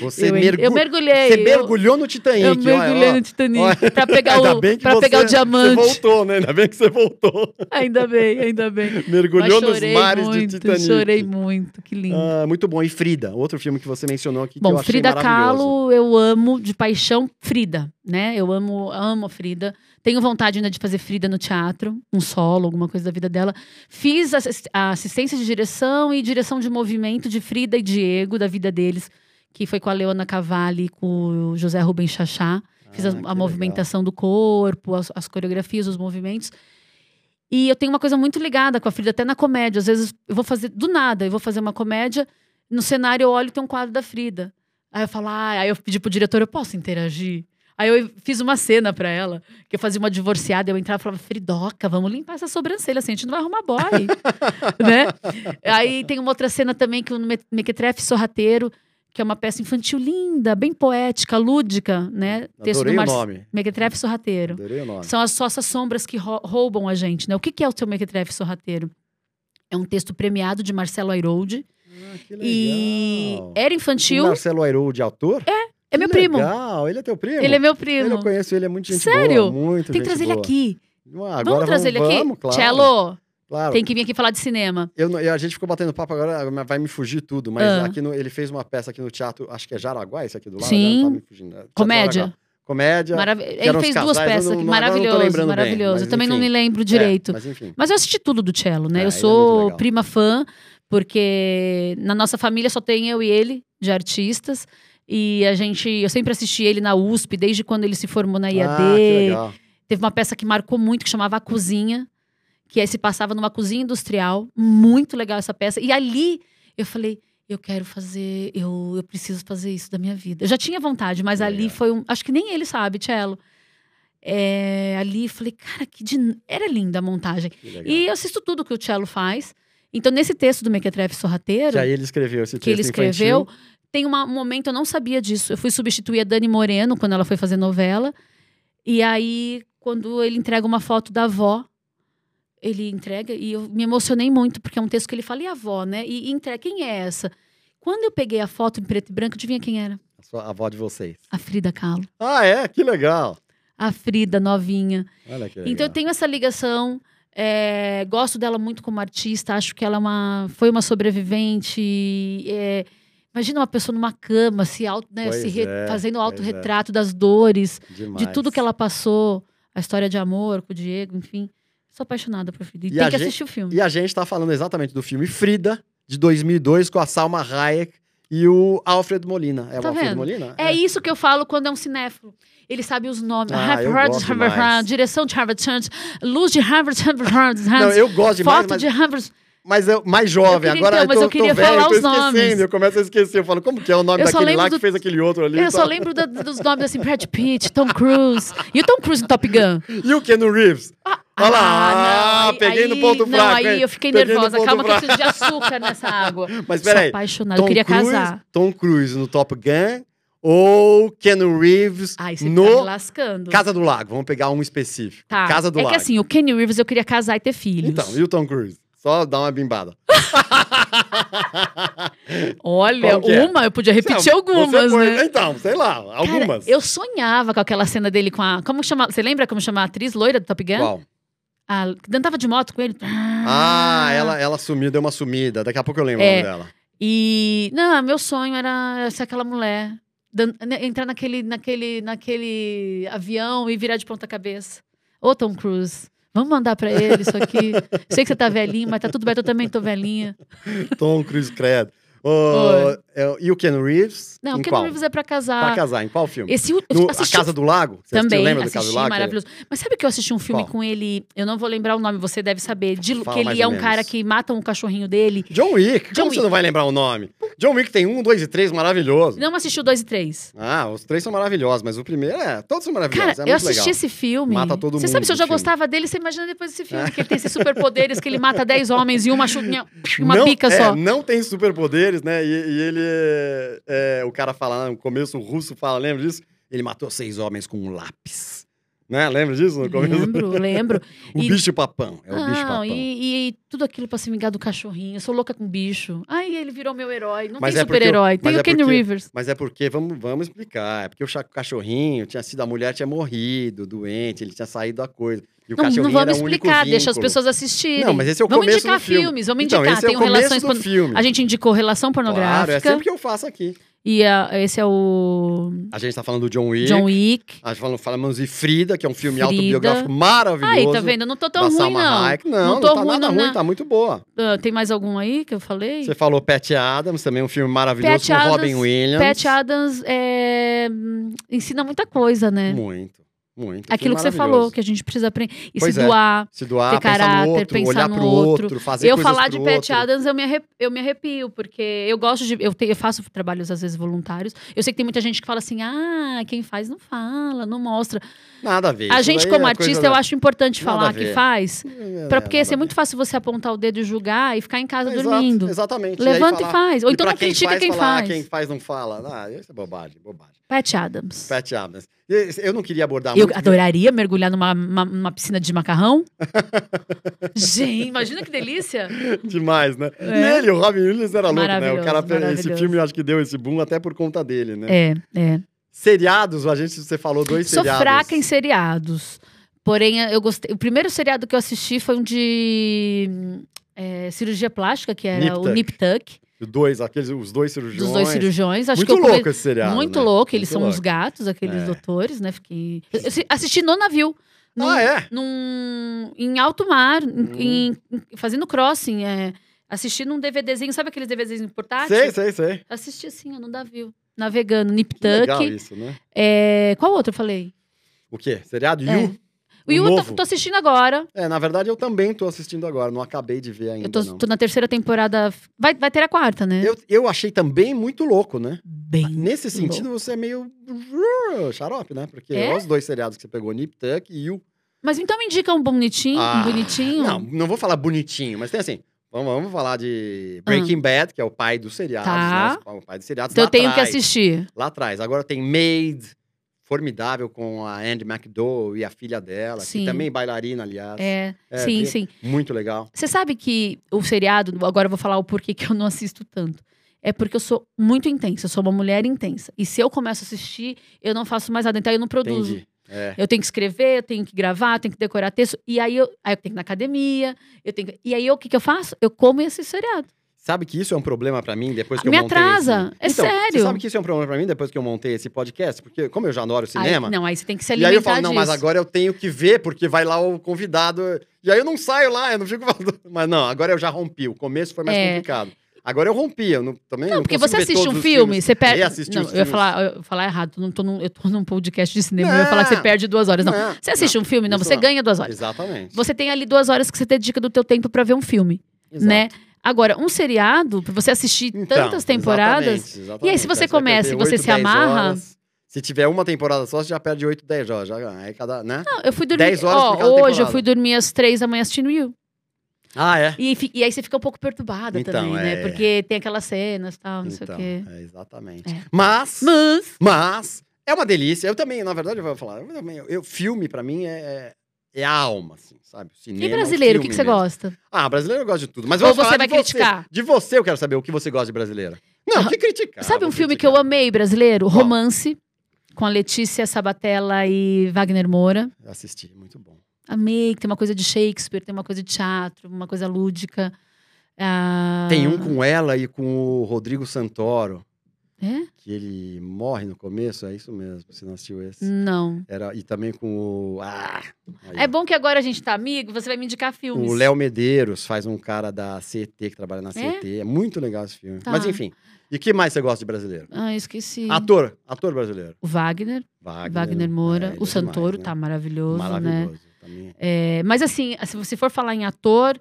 S1: Você
S2: eu, en-
S1: mergulhou.
S2: eu mergulhei.
S1: Você
S2: eu-
S1: mergulhou no Titanic.
S2: Eu,
S1: olha,
S2: mergulhei
S1: ó.
S2: no Titanic
S1: Olha,
S2: [laughs] pra pegar
S1: Ainda
S2: o,
S1: bem que
S2: pra
S1: você-
S2: pegar o
S1: Você
S2: diamante.
S1: voltou, né? Ainda bem que você voltou.
S2: Ainda bem, ainda bem. Mas
S1: [laughs] Mergulhou nos
S2: chorei
S1: mares
S2: muito,
S1: de Titanic.
S2: Chorei muito, que lindo.
S1: Ah, muito bom. E Frida, outro filme que você mencionou aqui que eu
S2: Bom,
S1: achei
S2: Frida
S1: maravilhoso.
S2: Kahlo, eu amo de paixão Frida, né? Eu amo, amo a Frida. Tenho vontade ainda de fazer Frida no teatro, um solo, alguma coisa da vida dela. Fiz assis- a assistência de direção e direção de movimento de Frida e Diego, da vida deles, que foi com a Leona Cavalli e com o José Rubem Chachá. Fiz
S1: Ah,
S2: a-
S1: que
S2: a,
S1: legal.
S2: movimentação do corpo, as, as coreografias, os movimentos. E eu tenho uma coisa muito ligada com a Frida, até na comédia. Às vezes eu vou fazer, do nada, eu vou fazer uma comédia, no cenário eu olho e tem um quadro da Frida. Aí eu falo, ah, aí eu pedi pro diretor, eu posso interagir? Aí eu fiz uma cena pra ela, que eu fazia uma divorciada, eu entrava e falava, Fridoca, vamos limpar essa sobrancelha, assim, a gente não vai arrumar boy, [laughs] né? Aí tem uma outra cena também, que o Me- Mequetrefe Sorrateiro, que é uma peça infantil linda, bem poética, lúdica, né?
S1: Adorei o
S2: Marce-
S1: nome.
S2: Mequetrefe Sorrateiro.
S1: Adorei o nome.
S2: São as nossas sombras que rou- roubam a gente, né? O que que é o seu mequetrefe sorrateiro? É um texto premiado de Marcelo Airoldi.
S1: Ah, que legal.
S2: E era
S1: O
S2: infantil.
S1: Marcelo Airoldi, autor? É,
S2: É meu primo.
S1: Legal, ele é teu primo?
S2: Ele é meu
S1: Ele,
S2: primo.
S1: eu conheço ele, é muito gente
S2: Sério?
S1: boa. Muito
S2: Tem
S1: gente
S2: que trazer ele
S1: boa.
S2: aqui.
S1: Ah, agora
S2: vamos trazer ele aqui?
S1: Vamos, claro.
S2: Cello,
S1: claro.
S2: tem que vir aqui falar de cinema.
S1: Eu não- eu- a gente ficou batendo papo agora, ah, mas vai me fugir tudo. Mas
S2: Ah.
S1: aqui no- ele fez uma peça aqui no teatro, acho que é Jaraguá, esse aqui do lado.
S2: Sim.
S1: agora tá me fugindo. Teatro
S2: Comédia.
S1: Jaraguá. Comédia.
S2: Marav-
S1: eram
S2: Ele
S1: os
S2: fez duas
S1: casais, eu
S2: peças
S1: não- não- agora eu
S2: aqui.
S1: não tô
S2: Maravilhoso,
S1: lembrando bem,
S2: maravilhoso.
S1: mas
S2: eu também não
S1: enfim.
S2: me lembro
S1: É,
S2: direito.
S1: mas enfim.
S2: Mas eu assisti tudo do cello,
S1: Ah,
S2: né?
S1: ele
S2: eu
S1: é muito
S2: sou
S1: legal.
S2: prima fã, porque na nossa família só tem eu e ele de artistas. E a gente, eu sempre assisti ele na USP, desde quando ele se formou na IAD.
S1: Ah, que legal.
S2: Teve uma peça que marcou muito, que chamava A Cozinha, que aí se passava numa cozinha industrial. Muito legal essa peça. E ali eu falei, eu quero fazer, eu, eu preciso fazer isso da minha vida. Eu já tinha vontade, mas ali
S1: Legal.
S2: foi um. Acho que nem ele sabe, Cello. É, ali eu falei, cara, que din- era linda a montagem.
S1: Que legal.
S2: E eu assisto tudo que o Cello faz. Então, nesse texto do Mequetrefe Sorrateiro
S1: Que aí ele escreveu esse texto
S2: que ele escreveu.
S1: é infantil.
S2: Tem uma- um momento, eu não sabia disso. Eu fui substituir a Dani Moreno quando ela foi fazer novela. E aí, quando ele entrega uma foto da avó, ele entrega, e eu me emocionei muito, porque é um texto que ele fala, e a avó, né? E, e entrega, quem é essa? Quando eu peguei a foto em preto e branco, adivinha quem era?
S1: A, sua- a avó de vocês.
S2: A Frida Kahlo.
S1: Ah, é? Que legal.
S2: A Frida, novinha.
S1: Olha que legal.
S2: Então eu tenho essa ligação. é, gosto dela muito como artista, acho que ela é uma, foi uma sobrevivente. é, imagina uma pessoa numa cama, se auto, né,
S1: Pois
S2: se re-
S1: é,
S2: fazendo
S1: pois
S2: autorretrato das dores,
S1: Demais.
S2: de tudo que ela passou, a história de amor com o Diego, enfim. Sou apaixonada por Frida. E,
S1: E
S2: tem
S1: a
S2: que
S1: gente-
S2: assistir o filme.
S1: E a gente tá falando exatamente do filme Frida, de 2002, com a Salma Hayek e o Alfred Molina. É
S2: Tá
S1: o Alfred
S2: vendo?
S1: Molina?
S2: É isso que eu falo quando é um cinéfilo. Ele sabe os nomes.
S1: Ah,
S2: Harvard,
S1: eu
S2: Harvard,
S1: gosto
S2: Harvard,
S1: demais.
S2: direção de Harvard Hunt, luz de Harvard, Harvard, Harvard,
S1: Não, eu gosto demais,
S2: foto
S1: mas,
S2: de Harvard.
S1: mas eu, mais jovem.
S2: Eu queria,
S1: Agora
S2: então,
S1: eu
S2: mas
S1: tô,
S2: eu queria
S1: tô velho,
S2: falar
S1: tô
S2: os nomes.
S1: esquecendo. Eu começo a esquecer. Eu falo, como que é o nome
S2: Eu só
S1: daquele lá
S2: lembro
S1: que
S2: do-
S1: fez aquele outro ali?
S2: Eu só
S1: Tá.
S2: lembro da- dos nomes assim, Brad Pitt, Tom Cruise. E o Tom Cruise no Top Gun?
S1: E o Keanu Reeves? Olha lá, ah,
S2: aí-
S1: peguei no
S2: aí-
S1: ponto
S2: não,
S1: fraco,
S2: aí
S1: hein?
S2: eu fiquei
S1: Peguei no
S2: nervosa.
S1: ponto
S2: Calma
S1: fraco.
S2: que eu preciso de açúcar nessa água.
S1: [laughs] Mas
S2: Sou
S1: peraí.
S2: apaixonada,
S1: Tom
S2: eu queria
S1: Cruise,
S2: casar.
S1: Tom Cruise no Top Gun ou Keanu Reeves
S2: Ai, você tá me
S1: no
S2: lascando.
S1: Casa do Lago? Vamos pegar um específico.
S2: Tá.
S1: Casa do
S2: é
S1: Lago.
S2: que assim, o Kenny Reeves eu queria casar e ter filhos.
S1: Então, e o Tom Cruise? Só dá uma bimbada.
S2: Olha,
S1: qual que é?
S2: uma, eu podia repetir
S1: Não, você
S2: algumas,
S1: põe-
S2: né?
S1: Então, sei lá, algumas.
S2: Cara, eu sonhava com aquela cena dele com a. Como chama? Você lembra como chama a atriz loira do Top Gun?
S1: Qual?
S2: A, que andava de moto com ele.
S1: Ah, ela, ela sumiu, deu uma sumida. Daqui a pouco eu lembro
S2: É.
S1: o nome dela.
S2: E não, é, meu sonho era ser aquela mulher, dan- né, entrar naquele, naquele, naquele avião e virar de ponta cabeça. Ô, Tom Cruise, vamos mandar pra ele isso
S1: [laughs]
S2: aqui. Sei que você tá velhinho, mas tá tudo bem, eu também tô velhinha.
S1: Tom Cruise Credo. Ô,
S2: Oi.
S1: é, e o Ken Reeves?
S2: Não,
S1: em
S2: o que
S1: qual?
S2: não Reeves é pra casar.
S1: Pra casar, em qual filme?
S2: Esse eu
S1: No,
S2: assisti
S1: a Casa do Lago? Você
S2: também,
S1: lembra do
S2: assisti,
S1: Casa do Lago?
S2: maravilhoso. Mas sabe que eu assisti um filme
S1: Qual?
S2: com ele, eu não vou lembrar o nome, você deve saber, de-
S1: Fala
S2: que
S1: mais
S2: ele é
S1: ou
S2: um
S1: menos.
S2: cara que mata um cachorrinho dele.
S1: John Wick. Como
S2: John
S1: você
S2: Wick.
S1: não vai lembrar o nome? John Wick tem um, dois e três maravilhoso.
S2: Não assistiu dois e três.
S1: Ah, os três são maravilhosos, mas o primeiro é. Todos são
S2: Cara,
S1: maravilhosos. é
S2: eu
S1: muito
S2: assisti
S1: legal.
S2: esse filme.
S1: Mata todo
S2: Você
S1: mundo
S2: sabe se eu
S1: no
S2: já
S1: filme. É.
S2: gostava dele, você imagina depois desse filme, que ele tem esses superpoderes, que ele mata 10 homens e uma, chu- nha, uma
S1: não,
S2: pica
S1: é,
S2: só.
S1: Não tem superpoderes, né? E, e ele. é, é, o cara fala no começo, o russo fala, lembra disso? Ele matou seis homens com um lápis. Né? Lembra disso no começo?
S2: Lembro, lembro.
S1: O
S2: E-
S1: bicho papão. É o bicho
S2: Não,
S1: papão.
S2: e, e tudo aquilo pra se vingar do cachorrinho. Eu sou louca com bicho. Ai, ele virou meu herói. Não
S1: Mas
S2: tem
S1: é porque
S2: super-herói.
S1: eu-
S2: Tem
S1: mas
S2: o
S1: é
S2: Kenny
S1: porque-
S2: Rivers.
S1: Mas é porque, vamos, vamos explicar, é porque o cha- cachorrinho tinha sido, a mulher tinha morrido, doente, ele tinha saído da coisa. E o
S2: Não,
S1: cachorrinho
S2: não
S1: era
S2: vamos
S1: o único
S2: explicar, deixa as
S1: vínculo.
S2: pessoas assistirem.
S1: Não, mas esse é o
S2: vamos
S1: começo
S2: indicar
S1: do filme.
S2: filmes, vamos
S1: Então,
S2: indicar.
S1: esse é
S2: tem
S1: o
S2: um
S1: começo
S2: relações.
S1: do
S2: porno-
S1: filme.
S2: A gente indicou relação
S1: Claro, é
S2: pornográfica.
S1: sempre que eu faço aqui.
S2: E a- esse é o
S1: A gente tá falando do John Wick.
S2: John Wick.
S1: A gente falando, falamos de Frida, que é um filme
S2: Frida.
S1: autobiográfico maravilhoso.
S2: Aí, tá vendo? Eu Não tô tão
S1: da
S2: ruim,
S1: Salma
S2: não.
S1: Hayek. Não, não,
S2: tô
S1: tá
S2: ruim,
S1: nada
S2: não,
S1: ruim,
S2: né?
S1: tá muito boa.
S2: Ah, tem mais algum aí que eu falei?
S1: Você falou Pat Adams, também um filme maravilhoso
S2: Patch
S1: com
S2: Adams-
S1: Robin Williams.
S2: Pat Adams é, hum, ensina muita coisa, né?
S1: Muito. Muito. que
S2: Aquilo que você falou,
S1: maravilhoso.
S2: que a gente precisa aprender. E
S1: Pois
S2: se
S1: é.
S2: doar.
S1: Se doar,
S2: ter
S1: pensar no
S2: caráter,
S1: outro,
S2: pensar
S1: olhar
S2: no
S1: pro outro,
S2: outro.
S1: fazer
S2: eu
S1: coisas
S2: falar
S1: pro
S2: de Pat
S1: outro.
S2: Adams, eu me, arrep- eu me arrepio, porque eu gosto de. Eu, te- eu faço trabalhos, às vezes, voluntários. Eu sei que tem muita gente que fala assim: ah, quem faz não fala, não mostra.
S1: Nada a ver.
S2: a
S1: isso
S2: gente,
S1: daí
S2: como
S1: é
S2: artista,
S1: coisa
S2: eu
S1: da-
S2: acho importante
S1: Nada a
S2: falar
S1: ver.
S2: que faz.
S1: É,
S2: Pra, porque ia
S1: nada
S2: ser
S1: a
S2: muito fácil você apontar o dedo e julgar e ficar em casa
S1: ver. Exato,
S2: dormindo.
S1: Exatamente. aí
S2: Levanta
S1: falar-
S2: e faz. Ou
S1: e
S2: então
S1: pra
S2: não critica quem
S1: falar, "Ah,
S2: faz.
S1: Quem faz não fala. Ah, isso é bobagem, bobagem.
S2: Pat Adams.
S1: Pat Adams. E- Eu não queria abordar
S2: Eu
S1: Tá muito.
S2: adoraria mergulhar numa uma- uma piscina de macarrão. Gente, imagina que delícia.
S1: [laughs] [laughs] Demais, né?
S2: É.
S1: E ele, o Robin Williams era louco, né? O
S2: Maravilhoso,
S1: cara, fez- esse
S2: maravilhoso.
S1: filme eu acho que deu esse boom até por conta dele, né?
S2: É, é.
S1: Seriados, a gente, você falou dois
S2: Sou
S1: seriados.
S2: fraca em seriados. Porém, eu gostei. O primeiro seriado que eu assisti foi um de hum, é, cirurgia plástica, que era
S1: Nip
S2: o
S1: Tuck.
S2: Nip Tuck,
S1: Dois, aqueles, os dois cirurgiões.
S2: dos dois cirurgiões. Acho
S1: Muito
S2: que eu
S1: louco
S2: come-
S1: esse seriado.
S2: Muito
S1: né?
S2: louco, eles
S1: Muito
S2: são
S1: louco.
S2: uns gatos, aqueles
S1: É.
S2: doutores, né? Fiquei. Eu assi- assisti no navio. Num,
S1: Ah, é? Hum.
S2: num- em alto mar, em- em- em- fazendo crossing. É, assisti num DVDzinho, sabe aqueles DVDzinhos portáteis?
S1: Sei, sei, sei.
S2: Assisti assim, ó, no navio. Navegando, Nip
S1: Que legal
S2: Tuck.
S1: isso, né?
S2: É, qual outro eu falei?
S1: O quê? Seriado
S2: É.
S1: You?
S2: O Yu,
S1: O
S2: eu
S1: novo?
S2: tô, tô assistindo agora.
S1: É, na verdade eu também tô assistindo agora, não acabei de ver ainda.
S2: Eu tô,
S1: não.
S2: tô na terceira temporada. Vai, vai ter a quarta, né?
S1: Eu, eu achei também muito louco, né?
S2: Bem.
S1: Nesse sentido, você é meio xarope, né? Porque
S2: É?
S1: olha os dois seriados que você pegou, Nip Tuck e You.
S2: Mas então me indica um bonitinho,
S1: Ah,
S2: um bonitinho.
S1: Não, não vou falar bonitinho, mas tem assim. Vamos, vamos falar de Breaking Bad, que é o pai dos seriados,
S2: Ah. Tá.
S1: né? O pai dos seriados.
S2: então
S1: lá
S2: eu tenho que
S1: atrás.
S2: assistir.
S1: Lá atrás. Agora tem Made, formidável com a Andy McDowell e a filha dela, que
S2: Sim.
S1: também é bailarina, aliás.
S2: É,
S1: É,
S2: sim,
S1: vi-
S2: sim.
S1: Muito legal.
S2: Você sabe que o seriado, agora eu vou falar o porquê que eu não assisto tanto. É porque eu sou muito intensa, eu sou uma mulher intensa. E se eu começo a assistir, eu não faço mais nada, então eu não produzo.
S1: Entendi. É.
S2: Eu tenho que escrever, eu tenho que gravar, eu tenho que decorar texto. E aí eu, aí eu tenho que ir na academia, eu tenho que- E aí eu- o que, que eu faço? Eu como e assisto seriado.
S1: Sabe que isso é um problema pra mim depois que
S2: Me
S1: eu montei.
S2: atrasa,
S1: esse-
S2: é
S1: Então,
S2: sério.
S1: Você sabe que isso é um problema pra mim depois que eu montei esse podcast? Porque, como eu já adoro cinema.
S2: Aí- não, aí você tem que se
S1: E
S2: alimentar
S1: aí eu falo, não, mas
S2: disso.
S1: agora eu tenho que ver, porque vai lá o convidado. E aí eu não saio lá, eu não fico [laughs] falando. Mas não, agora eu já rompi. O começo foi mais
S2: É.
S1: complicado. Agora eu rompi, eu não, também não,
S2: Não, porque
S1: consigo
S2: você
S1: ver
S2: assiste
S1: todos
S2: um
S1: os
S2: filme,
S1: filmes.
S2: você perde.
S1: reassistir
S2: Não,
S1: os
S2: eu ia
S1: filmes.
S2: falar, eu ia falar errado. eu Não tô num, eu tô num podcast de cinema, eu ia
S1: Não.
S2: falar que você perde duas horas. Não.
S1: Não,
S2: Você assiste um filme, não,
S1: isso
S2: você
S1: não.
S2: ganha duas horas.
S1: Exatamente.
S2: Você tem ali duas horas que você dedica do teu tempo pra ver um filme,
S1: Exato.
S2: né? Agora, um seriado, pra você assistir
S1: Então,
S2: tantas temporadas,
S1: exatamente, exatamente.
S2: E aí, se você
S1: Aí vai
S2: começa
S1: perder
S2: e você
S1: oito,
S2: se
S1: dez
S2: amarra-
S1: horas. Se tiver uma temporada só, você já perde 8, 10 horas. Já, aí cada, né?
S2: Não, eu fui dormir.
S1: 10 horas por
S2: ó,
S1: cada
S2: hoje eu
S1: temporada.
S2: fui dormir às três da manhã assistindo You.
S1: Ah, é?
S2: E, fi- e aí você fica um pouco perturbada
S1: Então,
S2: também,
S1: é.
S2: né? Porque tem aquelas cenas e tal, não sei o quê.
S1: é, exatamente.
S2: É.
S1: Mas,
S2: Mas.
S1: mas, é uma delícia. Eu também, na verdade, eu vou falar. Eu também, eu, filme, pra mim, é, é a alma, assim, sabe? O Cinema,
S2: E brasileiro, o que,
S1: filme
S2: que você
S1: mesmo.
S2: gosta?
S1: Ah, brasileiro eu gosto de tudo. Mas
S2: Ou
S1: vamos
S2: você
S1: falar
S2: vai
S1: de você.
S2: criticar?
S1: De você eu quero saber o que você gosta de brasileira. Não,
S2: Ah,
S1: que criticar.
S2: Sabe um filme que eu amei brasileiro? Romance, com a Letícia Sabatella e Wagner Moura.
S1: eu assisti? Muito bom.
S2: Amei, que tem uma coisa de Shakespeare, tem uma coisa de teatro, uma coisa lúdica. Ah,
S1: Tem um com ela e com o Rodrigo Santoro,
S2: É?
S1: que ele morre no começo, é isso mesmo, você não assistiu esse.
S2: Não.
S1: Era, e também com o. Ah, aí, ó.
S2: Hum. É bom que agora a gente tá amigo, você vai me indicar filmes.
S1: O Léo Medeiros faz um cara da CT que trabalha na CT. É muito legal esse filme.
S2: Tá.
S1: Mas enfim. E que mais você gosta de brasileiro?
S2: Ah, eu esqueci.
S1: Ator, ator brasileiro.
S2: O Wagner,
S1: Wagner,
S2: Wagner Moura.
S1: É, ele é
S2: o Santoro
S1: demais,
S2: tá
S1: né?
S2: maravilhoso, né?
S1: maravilhoso. também.
S2: É, mas assim, se você for falar em ator.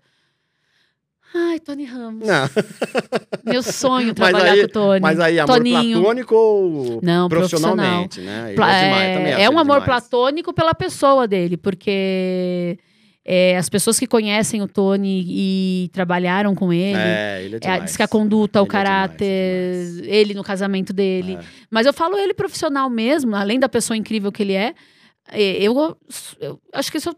S2: Ai, Tony Ramos.
S1: Não, [laughs]
S2: Meu sonho
S1: Mas
S2: trabalhar
S1: aí-
S2: com o Tony.
S1: mas aí amor
S2: Toninho.
S1: platônico ou
S2: Não, profissional.
S1: profissionalmente, né? Ele
S2: Pla-
S1: é demais, também acho
S2: é um
S1: ele
S2: amor
S1: demais.
S2: platônico pela pessoa dele, porque é, as pessoas que conhecem o Tony e trabalharam com ele.
S1: É, ele é
S2: é,
S1: demais.
S2: diz que a conduta,
S1: Ele
S2: o
S1: é demais,
S2: caráter,
S1: demais.
S2: ele no casamento dele.
S1: É.
S2: Mas eu falo ele profissional mesmo, além da pessoa incrível que ele é. é, Eu, eu acho que se eu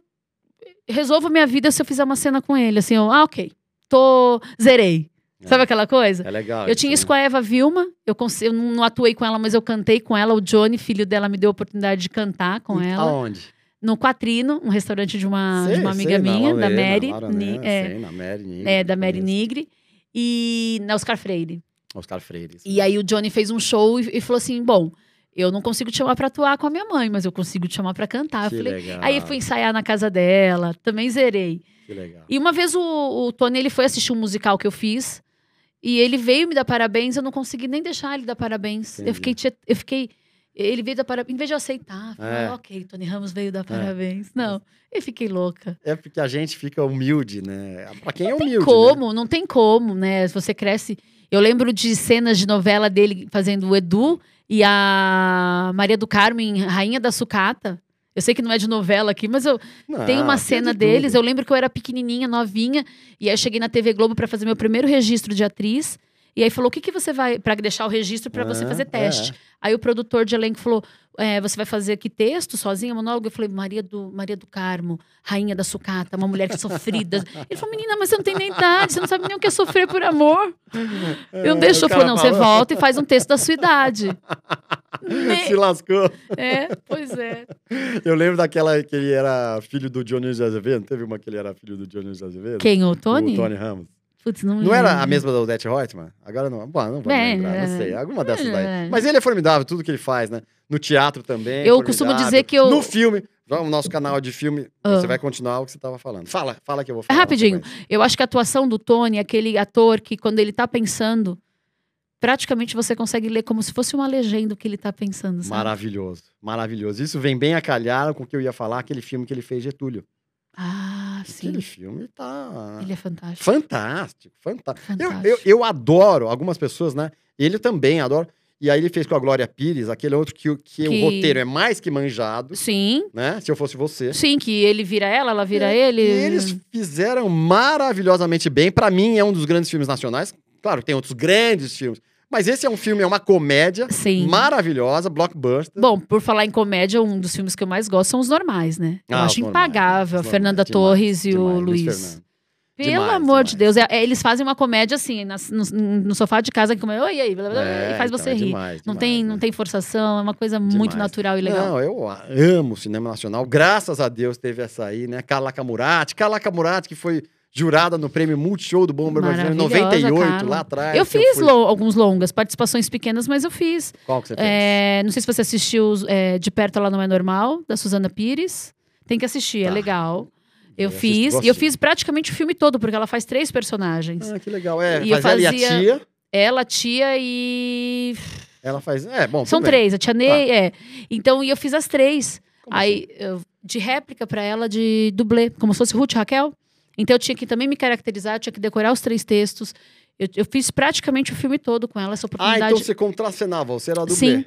S2: resolvo minha vida se eu fizer uma cena com ele. Assim, eu, ah, ok. Tô. Zerei.
S1: É.
S2: Sabe aquela coisa?
S1: É legal.
S2: Eu tinha
S1: né?
S2: isso com a Eva Vilma, eu, cons- eu não não atuei com ela, mas eu cantei com ela. O Johnny, filho dela, me deu a oportunidade de cantar com ela.
S1: Aonde?
S2: No Quatrino, um restaurante de uma, de
S1: Sei,
S2: uma
S1: Então sei,
S2: amiga
S1: na
S2: minha, da
S1: Lorena,
S2: Mary.
S1: Laura,
S2: Ni-
S1: né?
S2: é,
S1: Sei, na Mary Nigri,
S2: é, da Mary
S1: conheço.
S2: Nigri. E na Oscar Freire.
S1: Oscar Freire. isso
S2: E aí o Johnny fez um show e, e falou assim: Bom, eu não consigo te chamar pra atuar com a minha mãe, mas eu consigo te chamar pra cantar. Ah, Eu
S1: Que
S2: falei,
S1: legal.
S2: aí eu fui ensaiar na casa dela, também zerei.
S1: Que legal.
S2: E uma vez o, o Tony ele foi assistir um musical que eu fiz. E ele veio me dar parabéns, eu não consegui nem deixar ele dar parabéns.
S1: Entendi.
S2: Eu fiquei, tia- eu fiquei Ele veio dar parabéns. Em vez de eu aceitar, falar,
S1: É.
S2: ok, Tony Ramos veio dar parabéns. Não, eu fiquei louca.
S1: É porque a gente fica humilde, né? Pra quem é
S2: Não tem
S1: humilde. né?
S2: como, não tem como, né? Você cresce. Eu lembro de cenas de novela dele fazendo o Edu e a Maria do Carmen, Rainha da Sucata. Eu sei que não é de novela aqui, mas eu,
S1: né? Não,
S2: Tem uma
S1: Ah, de
S2: cena
S1: tudo.
S2: deles, eu lembro que eu era pequenininha, novinha, e aí eu cheguei na TV Globo pra fazer meu primeiro registro de atriz, e aí falou: "O que que você vai Pra deixar o registro pra você
S1: É,
S2: fazer teste?".
S1: é.
S2: Aí o produtor de elenco falou: é, você vai fazer aqui texto sozinha, monólogo?". Eu falei: "Maria do Maria do Carmo, rainha da sucata, uma mulher que
S1: [laughs]
S2: sofrida". Ele falou: "Menina, mas você não tem nem idade, você não sabe nem o que é sofrer por amor". Eu
S1: É,
S2: não deixou,
S1: o cara
S2: falou: "Não, você
S1: falou,
S2: volta e faz um texto da sua
S1: [laughs]
S2: idade". Me-
S1: Se lascou.
S2: É, pois é.
S1: Eu lembro daquela que ele era filho do Johnny de Azevedo. Não Teve uma que ele era filho do Johnny de Azevedo?
S2: Quem, o Tony?
S1: O Tony Ramos.
S2: Putz, não
S1: Não era a
S2: lembro.
S1: mesma da Odete Reutemann? Agora não. Bom, não vou
S2: É,
S1: lembrar, não
S2: é.
S1: sei. Alguma dessas
S2: É.
S1: daí. Mas ele é formidável, tudo que ele faz, né? No teatro também.
S2: Eu
S1: formidável.
S2: costumo dizer que eu-
S1: No filme, o nosso canal de filme,
S2: Ah. É
S1: você vai continuar o que você estava falando. Fala, fala que eu vou falar. na
S2: Rapidinho.
S1: sequência.
S2: Eu acho que a atuação do Tony, é aquele ator que quando ele tá pensando, praticamente você consegue ler como se fosse uma legenda o que ele tá pensando, sabe?
S1: Maravilhoso, maravilhoso. Isso vem bem a calhar com o que eu ia falar, aquele filme que ele fez, Getúlio.
S2: Ah, sim.
S1: Aquele filme tá.
S2: Ele é fantástico.
S1: Fantástico, fantástico. Eu,
S2: Fantástico.
S1: eu, eu adoro algumas pessoas, né? Ele também adora. E aí ele fez com a Glória Pires, aquele outro que, o- que
S2: Que-
S1: o roteiro é mais que manjado,
S2: Sim.
S1: né? Se eu fosse você.
S2: Sim, que ele vira ela, ela vira ele.
S1: É, E eles fizeram maravilhosamente bem. Pra mim, é um dos grandes filmes nacionais. Claro, tem outros grandes filmes. Mas esse é um filme, é uma comédia
S2: Sim.
S1: maravilhosa, blockbuster.
S2: Bom, por falar em comédia, um dos filmes que eu mais gosto são os normais, né? Eu
S1: Ah, os
S2: acho
S1: normais,
S2: impagável
S1: os
S2: a Fernanda
S1: normais,
S2: Torres e o
S1: demais,
S2: Luiz.
S1: Fernando.
S2: Pelo
S1: Demais,
S2: amor de
S1: demais.
S2: Deus. é- é, eles fazem uma comédia assim, nas- no, no sofá de casa, que como, oi, e aí, blá, blá, blá,
S1: É,
S2: e faz
S1: então,
S2: você
S1: é
S2: rir.
S1: demais,
S2: Não,
S1: demais,
S2: tem, não
S1: né?
S2: tem forçação, é uma coisa muito
S1: Demais.
S2: natural e legal.
S1: Não, eu a- amo o cinema nacional. Graças a Deus teve essa aí, né? Calaca Murati. Calaca Murati, que foi jurada no prêmio Multishow do Bomba Brasileiro em
S2: Maravilhosa,
S1: 98,
S2: Carla.
S1: lá atrás.
S2: eu
S1: que
S2: fiz
S1: é, fui-
S2: lo- alguns longas, participações pequenas, mas eu fiz.
S1: Qual que você fez?
S2: É, não sei se você assistiu os, é, De Perto Ela Não É Normal, da Suzana Pires. Tem que assistir, é
S1: Tá.
S2: legal. Eu,
S1: Eu assisto,
S2: fiz.
S1: vou
S2: E eu
S1: assistir.
S2: fiz praticamente o filme todo, porque ela faz três personagens.
S1: Ah, que legal. É,
S2: E eu
S1: faz ela e a
S2: fazia-
S1: tia.
S2: Ela, a tia e.
S1: Ela faz. É, bom.
S2: São
S1: tudo bem. Tá.
S2: três, a tia Ney, é. Então, e eu fiz as três.
S1: Como assim?
S2: Aí, eu- de réplica pra ela, de dublê, como se fosse Ruth e Raquel. Então, eu tinha que também me caracterizar, eu tinha que decorar os três textos. Eu, eu fiz praticamente o filme todo com ela, essa
S1: Ah,
S2: oportunidade.
S1: então você contracenava, você era É, a dublê.
S2: Sim.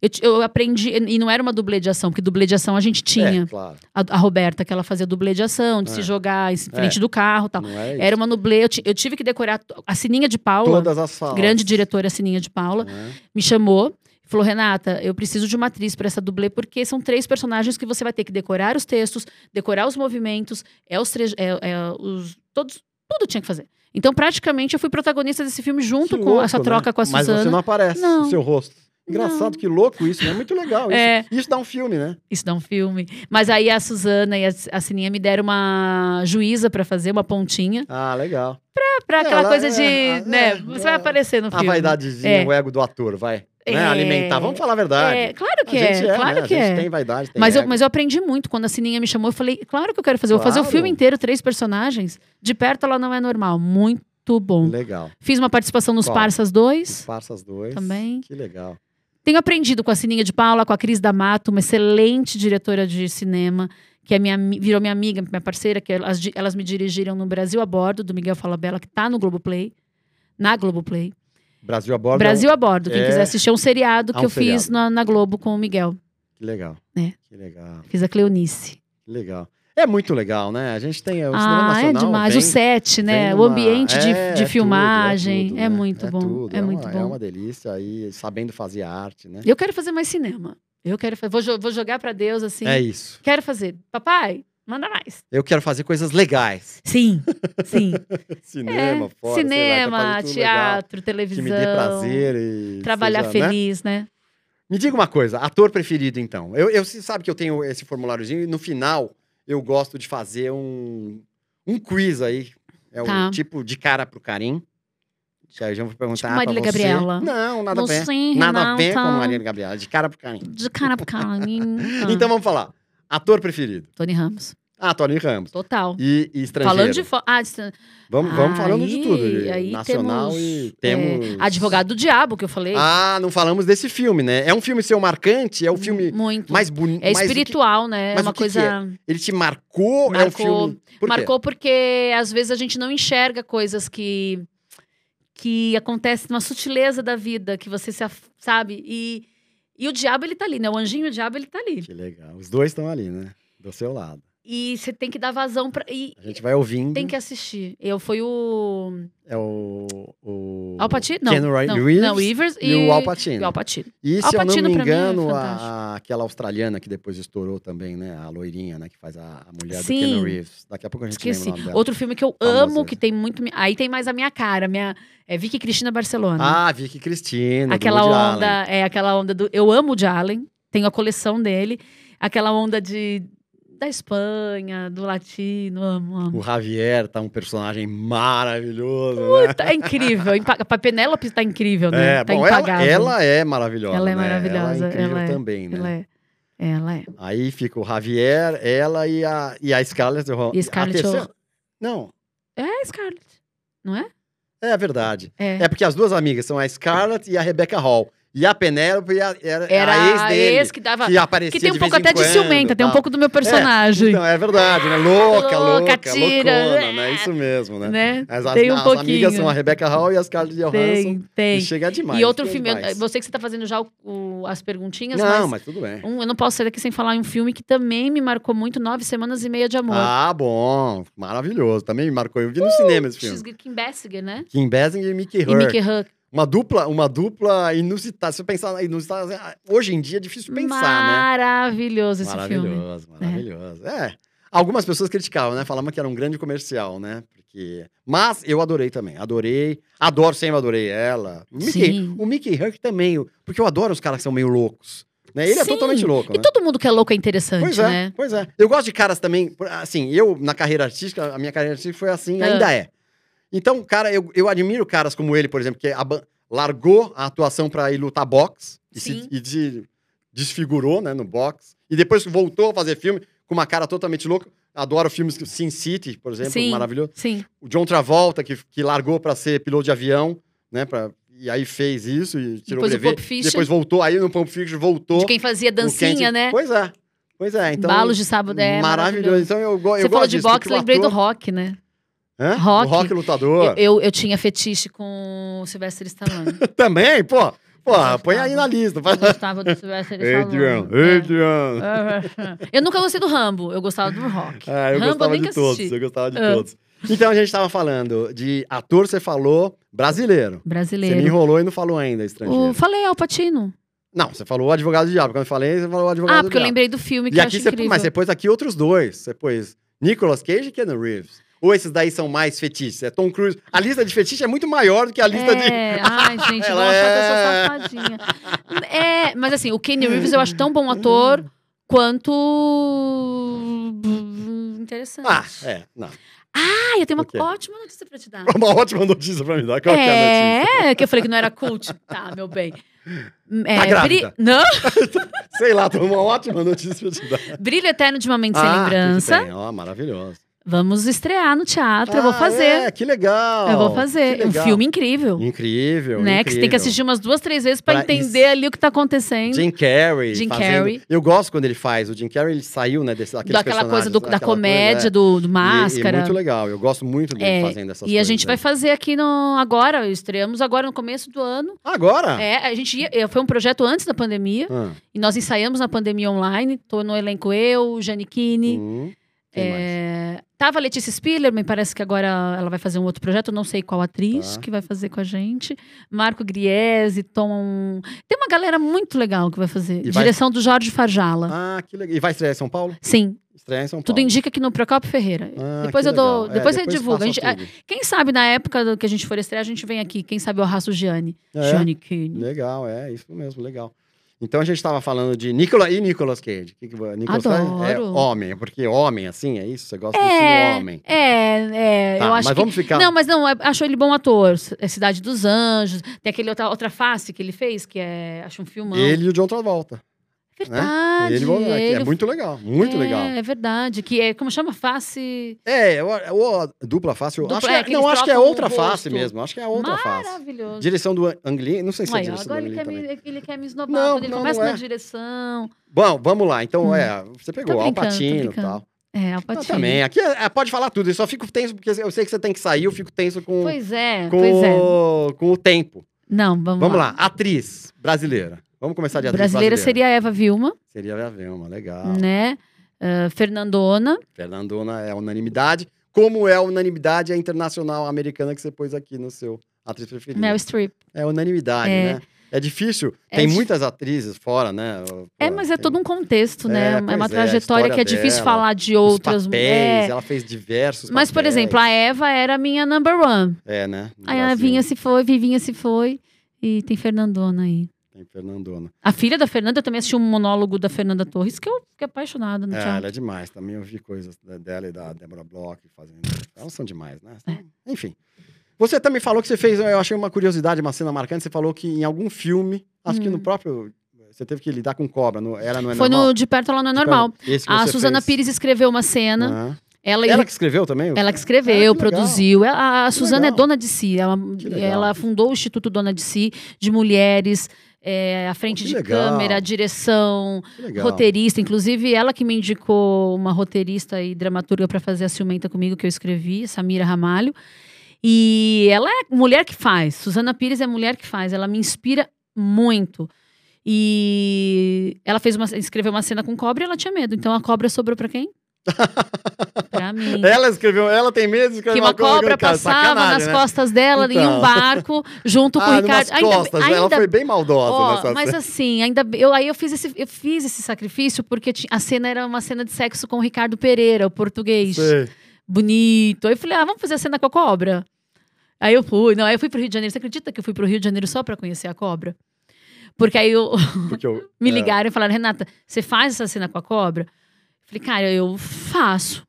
S2: Eu, ti- eu aprendi, e não era uma dublê de ação, porque dublê de ação a gente tinha.
S1: É, claro.
S2: A, a Roberta, que ela fazia dublê de ação, de se
S1: É.
S2: jogar em frente
S1: É.
S2: do carro e tal.
S1: Não é isso.
S2: Tá. Era uma dublê, eu, ti- eu tive que decorar to- a Sininha de Paula,
S1: Todas as falas.
S2: grande diretora Sininha de Paula
S1: né?
S2: me chamou e falou: Renata, eu preciso de uma atriz para essa dublê, porque são três personagens que você vai ter que decorar os textos, decorar os movimentos, é os três. É, é os, todos, tudo tinha que fazer. Então, praticamente, eu fui protagonista desse filme junto
S1: Que
S2: com
S1: louco,
S2: essa
S1: né?
S2: troca com a
S1: Mas você
S2: Suzana.
S1: não aparece
S2: Não.
S1: o seu rosto. Engraçado, que louco isso, né? Muito legal isso.
S2: É.
S1: Isso dá um filme, né?
S2: Isso dá um filme. Mas aí a Suzana e a, a Sininha me deram uma juíza para fazer, uma pontinha.
S1: Ah, legal.
S2: para
S1: É,
S2: aquela
S1: ela-
S2: coisa de.
S1: é,
S2: né,
S1: é,
S2: você
S1: é.
S2: vai aparecer no
S1: A
S2: Um filme.
S1: vaidadezinha,
S2: É.
S1: o ego do ator, vai. Né?
S2: É.
S1: Alimentar. Vamos falar a verdade.
S2: É, claro que
S1: a
S2: é,
S1: gente é,
S2: claro
S1: né?
S2: que
S1: a gente
S2: é.
S1: tem vaidade, tem
S2: Mas eu,
S1: ego.
S2: mas eu aprendi muito. Quando a Sininha me chamou, eu falei, claro que eu quero fazer. Eu vou fazer o
S1: Claro.
S2: filme inteiro, três personagens. De perto ela não é normal. Muito bom.
S1: Legal.
S2: Fiz uma participação nos
S1: Qual?
S2: Parsas 2.
S1: Faça as dois.
S2: Também.
S1: Que legal.
S2: Tenho aprendido com a Sininha de Paula, com a Cris D'Amato, uma excelente diretora de cinema, que é minha, ami- virou minha amiga, minha parceira, que elas, di- elas me dirigiram no Brasil a Bordo, do Miguel Falabella, que tá no Globoplay. Na Globoplay.
S1: Brasil a bordo.
S2: Brasil a Bordo. Quem
S1: É.
S2: quiser assistir, é um seriado
S1: Ah,
S2: que
S1: um
S2: eu fiz
S1: seriado.
S2: na, na Globo com o Miguel.
S1: Que legal.
S2: É.
S1: Que legal.
S2: Fiz a Cleonice.
S1: Que legal. É muito legal, né? A gente tem o cinema
S2: Ah, é
S1: nacional.
S2: demais. o
S1: vem-
S2: set, né?
S1: vem
S2: O
S1: numa-
S2: ambiente de,
S1: É,
S2: de
S1: é
S2: filmagem.
S1: tudo, né?
S2: é, muito bom.
S1: tudo,
S2: é, muito
S1: uma-
S2: bom.
S1: É uma delícia aí, sabendo fazer arte, né?
S2: Eu quero fazer mais cinema. Eu quero fazer. Vou, jo- vou jogar pra Deus assim.
S1: É isso.
S2: Quero fazer. Papai, manda mais.
S1: Eu quero fazer coisas legais.
S2: [laughs] Sim, sim. É,
S1: [laughs] Cinema, fora, sei lá, quero
S2: cinema,
S1: fazer tudo legal,
S2: teatro,
S1: Que
S2: televisão.
S1: me dê prazer e.
S2: Trabalhar
S1: seja, né?
S2: feliz, né?
S1: Me diga uma coisa, ator preferido, então. Eu, eu- você sabe que eu tenho esse formuláriozinho e no final eu gosto de fazer um, um quiz aí. É
S2: Tá.
S1: o tipo de cara pro carim. Que aí eu já vou perguntar
S2: Tipo
S1: pra
S2: Marília
S1: você.
S2: Gabriela.
S1: Não, nada a ver.
S2: Você,
S1: Nada a ver com
S2: Renata,
S1: Maria Gabriela, de cara pro carim. [laughs]
S2: De cara tá pra cara.
S1: Então vamos falar. Ator preferido.
S2: Tony Ramos.
S1: Ah, Tony Ramos.
S2: Total.
S1: E, e estrangeiro.
S2: Falando de. fo- Ah, distan-
S1: Vamos, vamos falando de
S2: Aí-
S1: tudo. de
S2: aí
S1: Nacional
S2: temos,
S1: e temos.
S2: é, advogado do diabo, que eu falei.
S1: Ah, não falamos desse filme, né? É um filme seu marcante, é o filme
S2: Muito.
S1: mais bonito.
S2: Hum, é espiritual, né? É
S1: mas
S2: uma
S1: o que que
S2: coisa.
S1: Ele te marcou, é um
S2: Marcou-
S1: filme. Por quê?
S2: Marcou porque às vezes a gente não enxerga coisas que que acontecem numa sutileza da vida, que você se af- sabe e e o diabo ele tá ali, né? O anjinho e o diabo ele tá ali.
S1: Que legal. Os dois estão ali, né? Do seu lado.
S2: E você tem que dar vazão para e
S1: A gente vai ouvindo.
S2: tem que assistir. Eu fui o
S1: É o. o...
S2: Al Pacino? Não.
S1: Ken Ry-
S2: não,
S1: Reeves
S2: não, Ivers
S1: E o Al Pacino.
S2: e o Al Pacino.
S1: E
S2: Al
S1: se eu não
S2: Pacino,
S1: me
S2: pra mim, é
S1: engano, a-
S2: fantástico.
S1: a- aquela australiana que depois estourou também, né? A loirinha, né? Que faz a, a mulher
S2: Sim.
S1: do Ken Reeves. Daqui a pouco a gente
S2: Esqueci.
S1: lembra o nome dela.
S2: Outro filme que eu
S1: Famosa.
S2: amo, que tem muito. mi- Aí tem mais a minha cara, minha. É Vicky Cristina Barcelona.
S1: Ah, Vicky Cristina.
S2: aquela
S1: do Woody
S2: onda,
S1: Allen.
S2: é aquela onda do eu amo o de Allen, tenho a coleção dele, aquela onda de da Espanha, do latino, amo, amo.
S1: O Javier tá um personagem maravilhoso, né?
S2: Tá incrível, impaga- a Penélope tá incrível, né?
S1: É,
S2: tá
S1: bom, ela, ela é maravilhosa.
S2: Ela é
S1: né?
S2: maravilhosa,
S1: Ela é incrível
S2: ela é-
S1: também, né?
S2: Ela é. Ela é.
S1: Aí fica o Javier, ela e a, e a Scarlett Johansson.
S2: E a Scarlett
S1: A terceira-
S2: Johansson.
S1: Não,
S2: É, Scarlett. Não é?
S1: é verdade.
S2: É.
S1: É porque as duas amigas são a Scarlett e a Rebecca Hall. E a Penélope era, era, era é a ex dele.
S2: que dava.
S1: que aparecia
S2: Que tem um
S1: de vez
S2: pouco
S1: em
S2: até de
S1: quando,
S2: ciumenta, tem um
S1: tal.
S2: pouco do meu personagem.
S1: Então, é verdade, né? Louca,
S2: Louca,
S1: louca,
S2: tira.
S1: loucona, né? Isso mesmo, né?
S2: né?
S1: As, as-
S2: Tem um
S1: as
S2: pouquinho.
S1: amigas são a Rebecca Hall e as Scarlett Johansson.
S2: Tem, tem.
S1: E chega demais.
S2: E outro
S1: tem
S2: filme, eu-
S1: demais.
S2: você que você tá fazendo já o- o- as perguntinhas,
S1: Não,
S2: mas
S1: mas tudo bem.
S2: Um, eu não posso sair daqui sem falar em um filme que também me marcou muito, Nove Semanas e Meia de Um Amor. Uh,
S1: Ah, bom. Maravilhoso. Também me marcou. Eu vi no cinema esse filme.
S2: X. Kim Basinger, né?
S1: Kim Basinger e Mickey
S2: E
S1: Hurt.
S2: Mickey Huck.
S1: Uma dupla, uma dupla inusitada. Se eu pensar na inusitada, ah, hoje em dia é difícil pensar,
S2: Maravilhoso
S1: né?
S2: esse filme.
S1: Maravilhoso, maravilhoso. É. Algumas pessoas criticavam, né? Falavam que era um grande comercial, né? Porque... Mas eu adorei também. Adorei. Adoro sempre, adorei ela. O Mickey,
S2: Sim.
S1: o Mickey Hurt também. eu- Porque eu adoro os caras que são meio loucos. Né? Ele é
S2: Sim.
S1: totalmente louco,
S2: E
S1: né?
S2: todo mundo que é louco é interessante,
S1: Pois é,
S2: né?
S1: pois é. Eu gosto de caras também, por- assim, eu na carreira artística, a minha carreira artística foi assim,
S2: Ah.
S1: ainda é. Então, cara, eu, eu admiro caras como ele, por exemplo, que aban- largou a atuação pra ir lutar boxe e, se,
S2: Sim.
S1: e de- desfigurou, né, no boxe. E depois voltou a fazer filme com uma cara totalmente louca. Adoro filmes que Sin City, por exemplo,
S2: Sim.
S1: maravilhoso.
S2: Sim.
S1: O John Travolta, que, que largou pra ser piloto de avião, né, pra, e aí fez isso e tirou
S2: Depois o
S1: o brevet.
S2: Pulp Fiction.
S1: Depois voltou, aí no Pulp Fiction voltou.
S2: De quem fazia
S1: O Kent-
S2: dancinha, né?
S1: Pois é. Pois é, então.
S2: Balos de sábado. É,
S1: maravilhoso. Então eu, go eu
S2: Você
S1: gosto
S2: falou de
S1: disso,
S2: boxe,
S1: porque o
S2: lembrei do
S1: ator-
S2: rock, né?
S1: Hã?
S2: rock.
S1: O rock lutador.
S2: Eu, eu, eu tinha fetiche com o Sylvester Stallone.
S1: [laughs] Também, pô. Pô,
S2: gostava.
S1: põe aí na lista.
S2: eu
S1: Vai...
S2: gostava do
S1: [laughs]
S2: Sylvester
S1: Adrian,
S2: Stallone. É.
S1: Adrian.
S2: Eu nunca gostei do Rambo, eu gostava do rock.
S1: Ah, eu
S2: Rambo
S1: gostava
S2: nem
S1: de
S2: que
S1: todos,
S2: assisti.
S1: eu gostava de
S2: Ah.
S1: todos. Então a gente tava falando de ator, você falou brasileiro. Você me
S2: Brasileiro.
S1: enrolou e não falou ainda estrangeiro.
S2: O, falei, Al Pacino.
S1: Não, você falou o advogado do diabo. Quando eu falei, você falou o advogado
S2: Ah,
S1: do
S2: porque eu
S1: diabo.
S2: lembrei do filme que
S1: E
S2: eu
S1: aqui
S2: acho
S1: você,
S2: incrível.
S1: mas você pôs aqui outros dois. Você pôs Nicolas Cage e Keanu Reeves. Ou esses daí são mais fetiches? É Tom Cruise. A lista de fetiche é muito maior do que a lista de.
S2: É, ai, gente,
S1: Ela
S2: nossa,
S1: é-
S2: eu sou safadinha. É, mas assim, o Kenny Reeves eu acho tão bom ator quanto... Interessante.
S1: [laughs] Ah, é. Não.
S2: Ah, eu tenho
S1: O quê?
S2: uma ótima notícia pra te dar.
S1: Uma ótima notícia pra me dar. Qual que é a notícia?
S2: É, que eu falei que não era cult. Tá, meu bem. É,
S1: Tá grávida.
S2: Não,
S1: Sei lá, tem uma ótima notícia pra te dar.
S2: Brilho Eterno de Uma Mente Sem
S1: Ah,
S2: Lembrança.
S1: que que tem? Ó, maravilhoso.
S2: Vamos estrear no teatro, eu vou
S1: Ah,
S2: fazer.
S1: É, que legal.
S2: Eu vou fazer.
S1: Que
S2: É um
S1: legal.
S2: filme incrível.
S1: Incrível.
S2: né? Que você tem que
S1: incrível.
S2: assistir umas duas, três vezes pra
S1: Pra
S2: entender
S1: isso.
S2: ali o que tá acontecendo.
S1: Jim Carrey.
S2: Jim
S1: fazendo-
S2: Carrey.
S1: Eu gosto quando ele faz. O Jim Carrey, ele saiu, né? Desse, daqueles
S2: daquela coisa
S1: personagens,
S2: do- da
S1: daquela coisa,
S2: comédia,
S1: é.
S2: do, do
S1: E- E,
S2: máscara.
S1: é
S2: E,
S1: muito legal. Eu gosto muito dele
S2: É,
S1: fazendo essas coisas. né?
S2: a gente vai fazer aqui no agora, estreamos agora no começo do ano.
S1: Agora?
S2: É, a gente ia, é, foi um projeto antes da pandemia
S1: Ah,
S2: e nós ensaiamos na pandemia online. Tô no elenco eu, Janiquini.
S1: hum, quem mais?
S2: É, tava a Letícia Spiller, me parece que agora ela vai fazer um outro projeto, eu não sei qual atriz
S1: Tá.
S2: que vai fazer com a gente. Marco Griese, Tom. Tem uma galera muito legal que vai fazer.
S1: E vai-
S2: Direção do Jorge Farjala.
S1: Ah, que legal. E vai estrear em São Paulo?
S2: Sim,
S1: Estrear em São Paulo.
S2: Tudo indica que no Procopio Ferreira.
S1: Ah,
S2: depois
S1: que
S2: eu dou.
S1: legal. É,
S2: depois você divulga.
S1: passa
S2: A gente- é,
S1: tudo.
S2: quem sabe na época do- que a gente for estrear, a gente vem aqui. Quem sabe eu arrasto o Gianni.
S1: É.
S2: Gianni Kini.
S1: Legal, é isso mesmo, legal. Então a gente estava falando de Nicolas e Nicolas Cage. Que que, vo- Nicolas Cage é
S2: Adoro.
S1: homem, porque homem, assim, é isso? Você gosta do
S2: É,
S1: estilo homem.
S2: é, é.
S1: Tá,
S2: eu acho
S1: mas
S2: que.
S1: vamos ficar.
S2: Não, mas não, é- acho ele bom ator. C- É Cidade dos Anjos. Tem aquele outra, outra face que ele fez, que é. Acho um filmão.
S1: Ele né? e o John Travolta.
S2: Verdade.
S1: Ele volta aqui. É
S2: ele-
S1: muito legal, muito
S2: é,
S1: legal.
S2: É verdade. Que é, como chama? Face.
S1: É, eu- eu- a dupla face. eu
S2: Dupla-
S1: acho
S2: é,
S1: que,
S2: que
S1: é- não,
S2: eles
S1: acho que é
S2: trocam o
S1: outra face
S2: rosto.
S1: mesmo. Acho que é outra face.
S2: Maravilhoso.
S1: Direção do An- Anglin, não sei se é
S2: Aí, ó,
S1: direção do
S2: agora ele
S1: Anglin
S2: quer,
S1: também.
S2: me, ele quer me esnobar.
S1: Não,
S2: quando ele
S1: não,
S2: começa
S1: não
S2: na
S1: é.
S2: direção.
S1: Bom, vamos lá. Então, é, você pegou
S2: brincando, Hum. tô
S1: Alpatino e
S2: brincando.
S1: tal.
S2: É,
S1: Não,
S2: Alpatino.
S1: também. Aqui é- é, pode falar tudo. Eu só fico tenso porque eu sei que você tem que sair. Eu fico tenso com,
S2: Pois é,
S1: com,
S2: pois é.
S1: com o tempo.
S2: Não, vamos,
S1: Vamos lá. Atriz brasileira. Vamos começar de atriz brasileira. Tá.
S2: Brasileira seria a Eva Vilma,
S1: Seria a Velma, legal.
S2: né? Ah, Fernandona.
S1: Fernandona é a unanimidade. Como é a unanimidade a internacional americana que você pôs aqui no seu atriz preferida?
S2: Meryl Streep.
S1: É unanimidade,
S2: É.
S1: né? É difícil.
S2: É
S1: tem
S2: dif-
S1: muitas atrizes fora, né? Pô,
S2: É, mas é
S1: tem
S2: todo um contexto,
S1: É,
S2: né? É
S1: pois é, a
S2: uma trajetória
S1: história
S2: que é difícil
S1: dela,
S2: falar de
S1: os
S2: outras
S1: papéis,
S2: mulheres.
S1: ela fez diversos
S2: Mas, por
S1: papéis.
S2: exemplo, a Eva era a minha number one.
S1: É, né? No
S2: Aí a
S1: Brasil,
S2: Vinha se foi, Vivinha se foi. E tem Fernandona aí.
S1: Tem Tá Fernandona.
S2: A filha da Fernanda, eu também assisti um monólogo da Fernanda Torres, que eu fiquei apaixonada né, no
S1: É,
S2: teatro.
S1: ela é demais. Também eu vi coisas da- dela e da Débora Bloch fazendo. Elas são demais, né? Enfim. Você também falou que você fez, eu achei uma curiosidade, uma cena marcante. Você falou que em algum filme, acho que no próprio. Você teve que lidar com cobra. No, ela não é
S2: Hum. Foi
S1: normal. Tipo,
S2: no De Perto Ela Não É Normal.
S1: Esse que
S2: A
S1: você
S2: Suzana
S1: fez.
S2: Pires escreveu uma cena.
S1: Aham.
S2: Ela,
S1: Ela que escreveu também? o-
S2: ela que
S1: Ah,
S2: escreveu,
S1: que legal.
S2: produziu. Ela- A, Suzana
S1: legal.
S2: é dona de si. Ela,
S1: Que legal.
S2: ela fundou o Instituto Dona de Si, de mulheres, é, à frente
S1: que
S2: de
S1: legal.
S2: câmera, direção,
S1: Que legal.
S2: roteirista. Inclusive, ela que me indicou uma roteirista e dramaturga para fazer a ciumenta comigo, que eu escrevi, Samira Ramalho. E ela é mulher que faz. Suzana Pires é mulher que faz. Ela me inspira muito. E ela fez uma, escreveu uma cena com cobra e ela tinha medo. Então a cobra sobrou
S1: [laughs]
S2: para quem? pra mim.
S1: Ela escreveu, ela tem medo de escrever
S2: Que uma
S1: coisa
S2: cobra
S1: cara,
S2: passava
S1: sacanagem,
S2: nas
S1: né?
S2: costas dela em
S1: Então.
S2: um barco, junto com o
S1: ah,
S2: Ricardo.
S1: numas costas, ela foi bem maldosa
S2: Ó,
S1: nessa
S2: mas
S1: cena.
S2: assim, ainda bem- eu aí eu fiz esse eu fiz esse sacrifício porque ti- a cena era uma cena de sexo com o Ricardo Pereira, o português.
S1: Sei.
S2: Bonito. Aí eu falei: "Ah, vamos fazer a cena com a cobra". Aí eu fui, não, aí eu fui pro Rio de Janeiro. Você acredita que eu fui pro Rio de Janeiro só pra conhecer a cobra? Porque aí eu, [laughs]
S1: Porque eu-
S2: me
S1: é,
S2: ligaram e falaram: "Renata, você faz essa cena com a cobra?". Eu falei: "Cara, eu faço.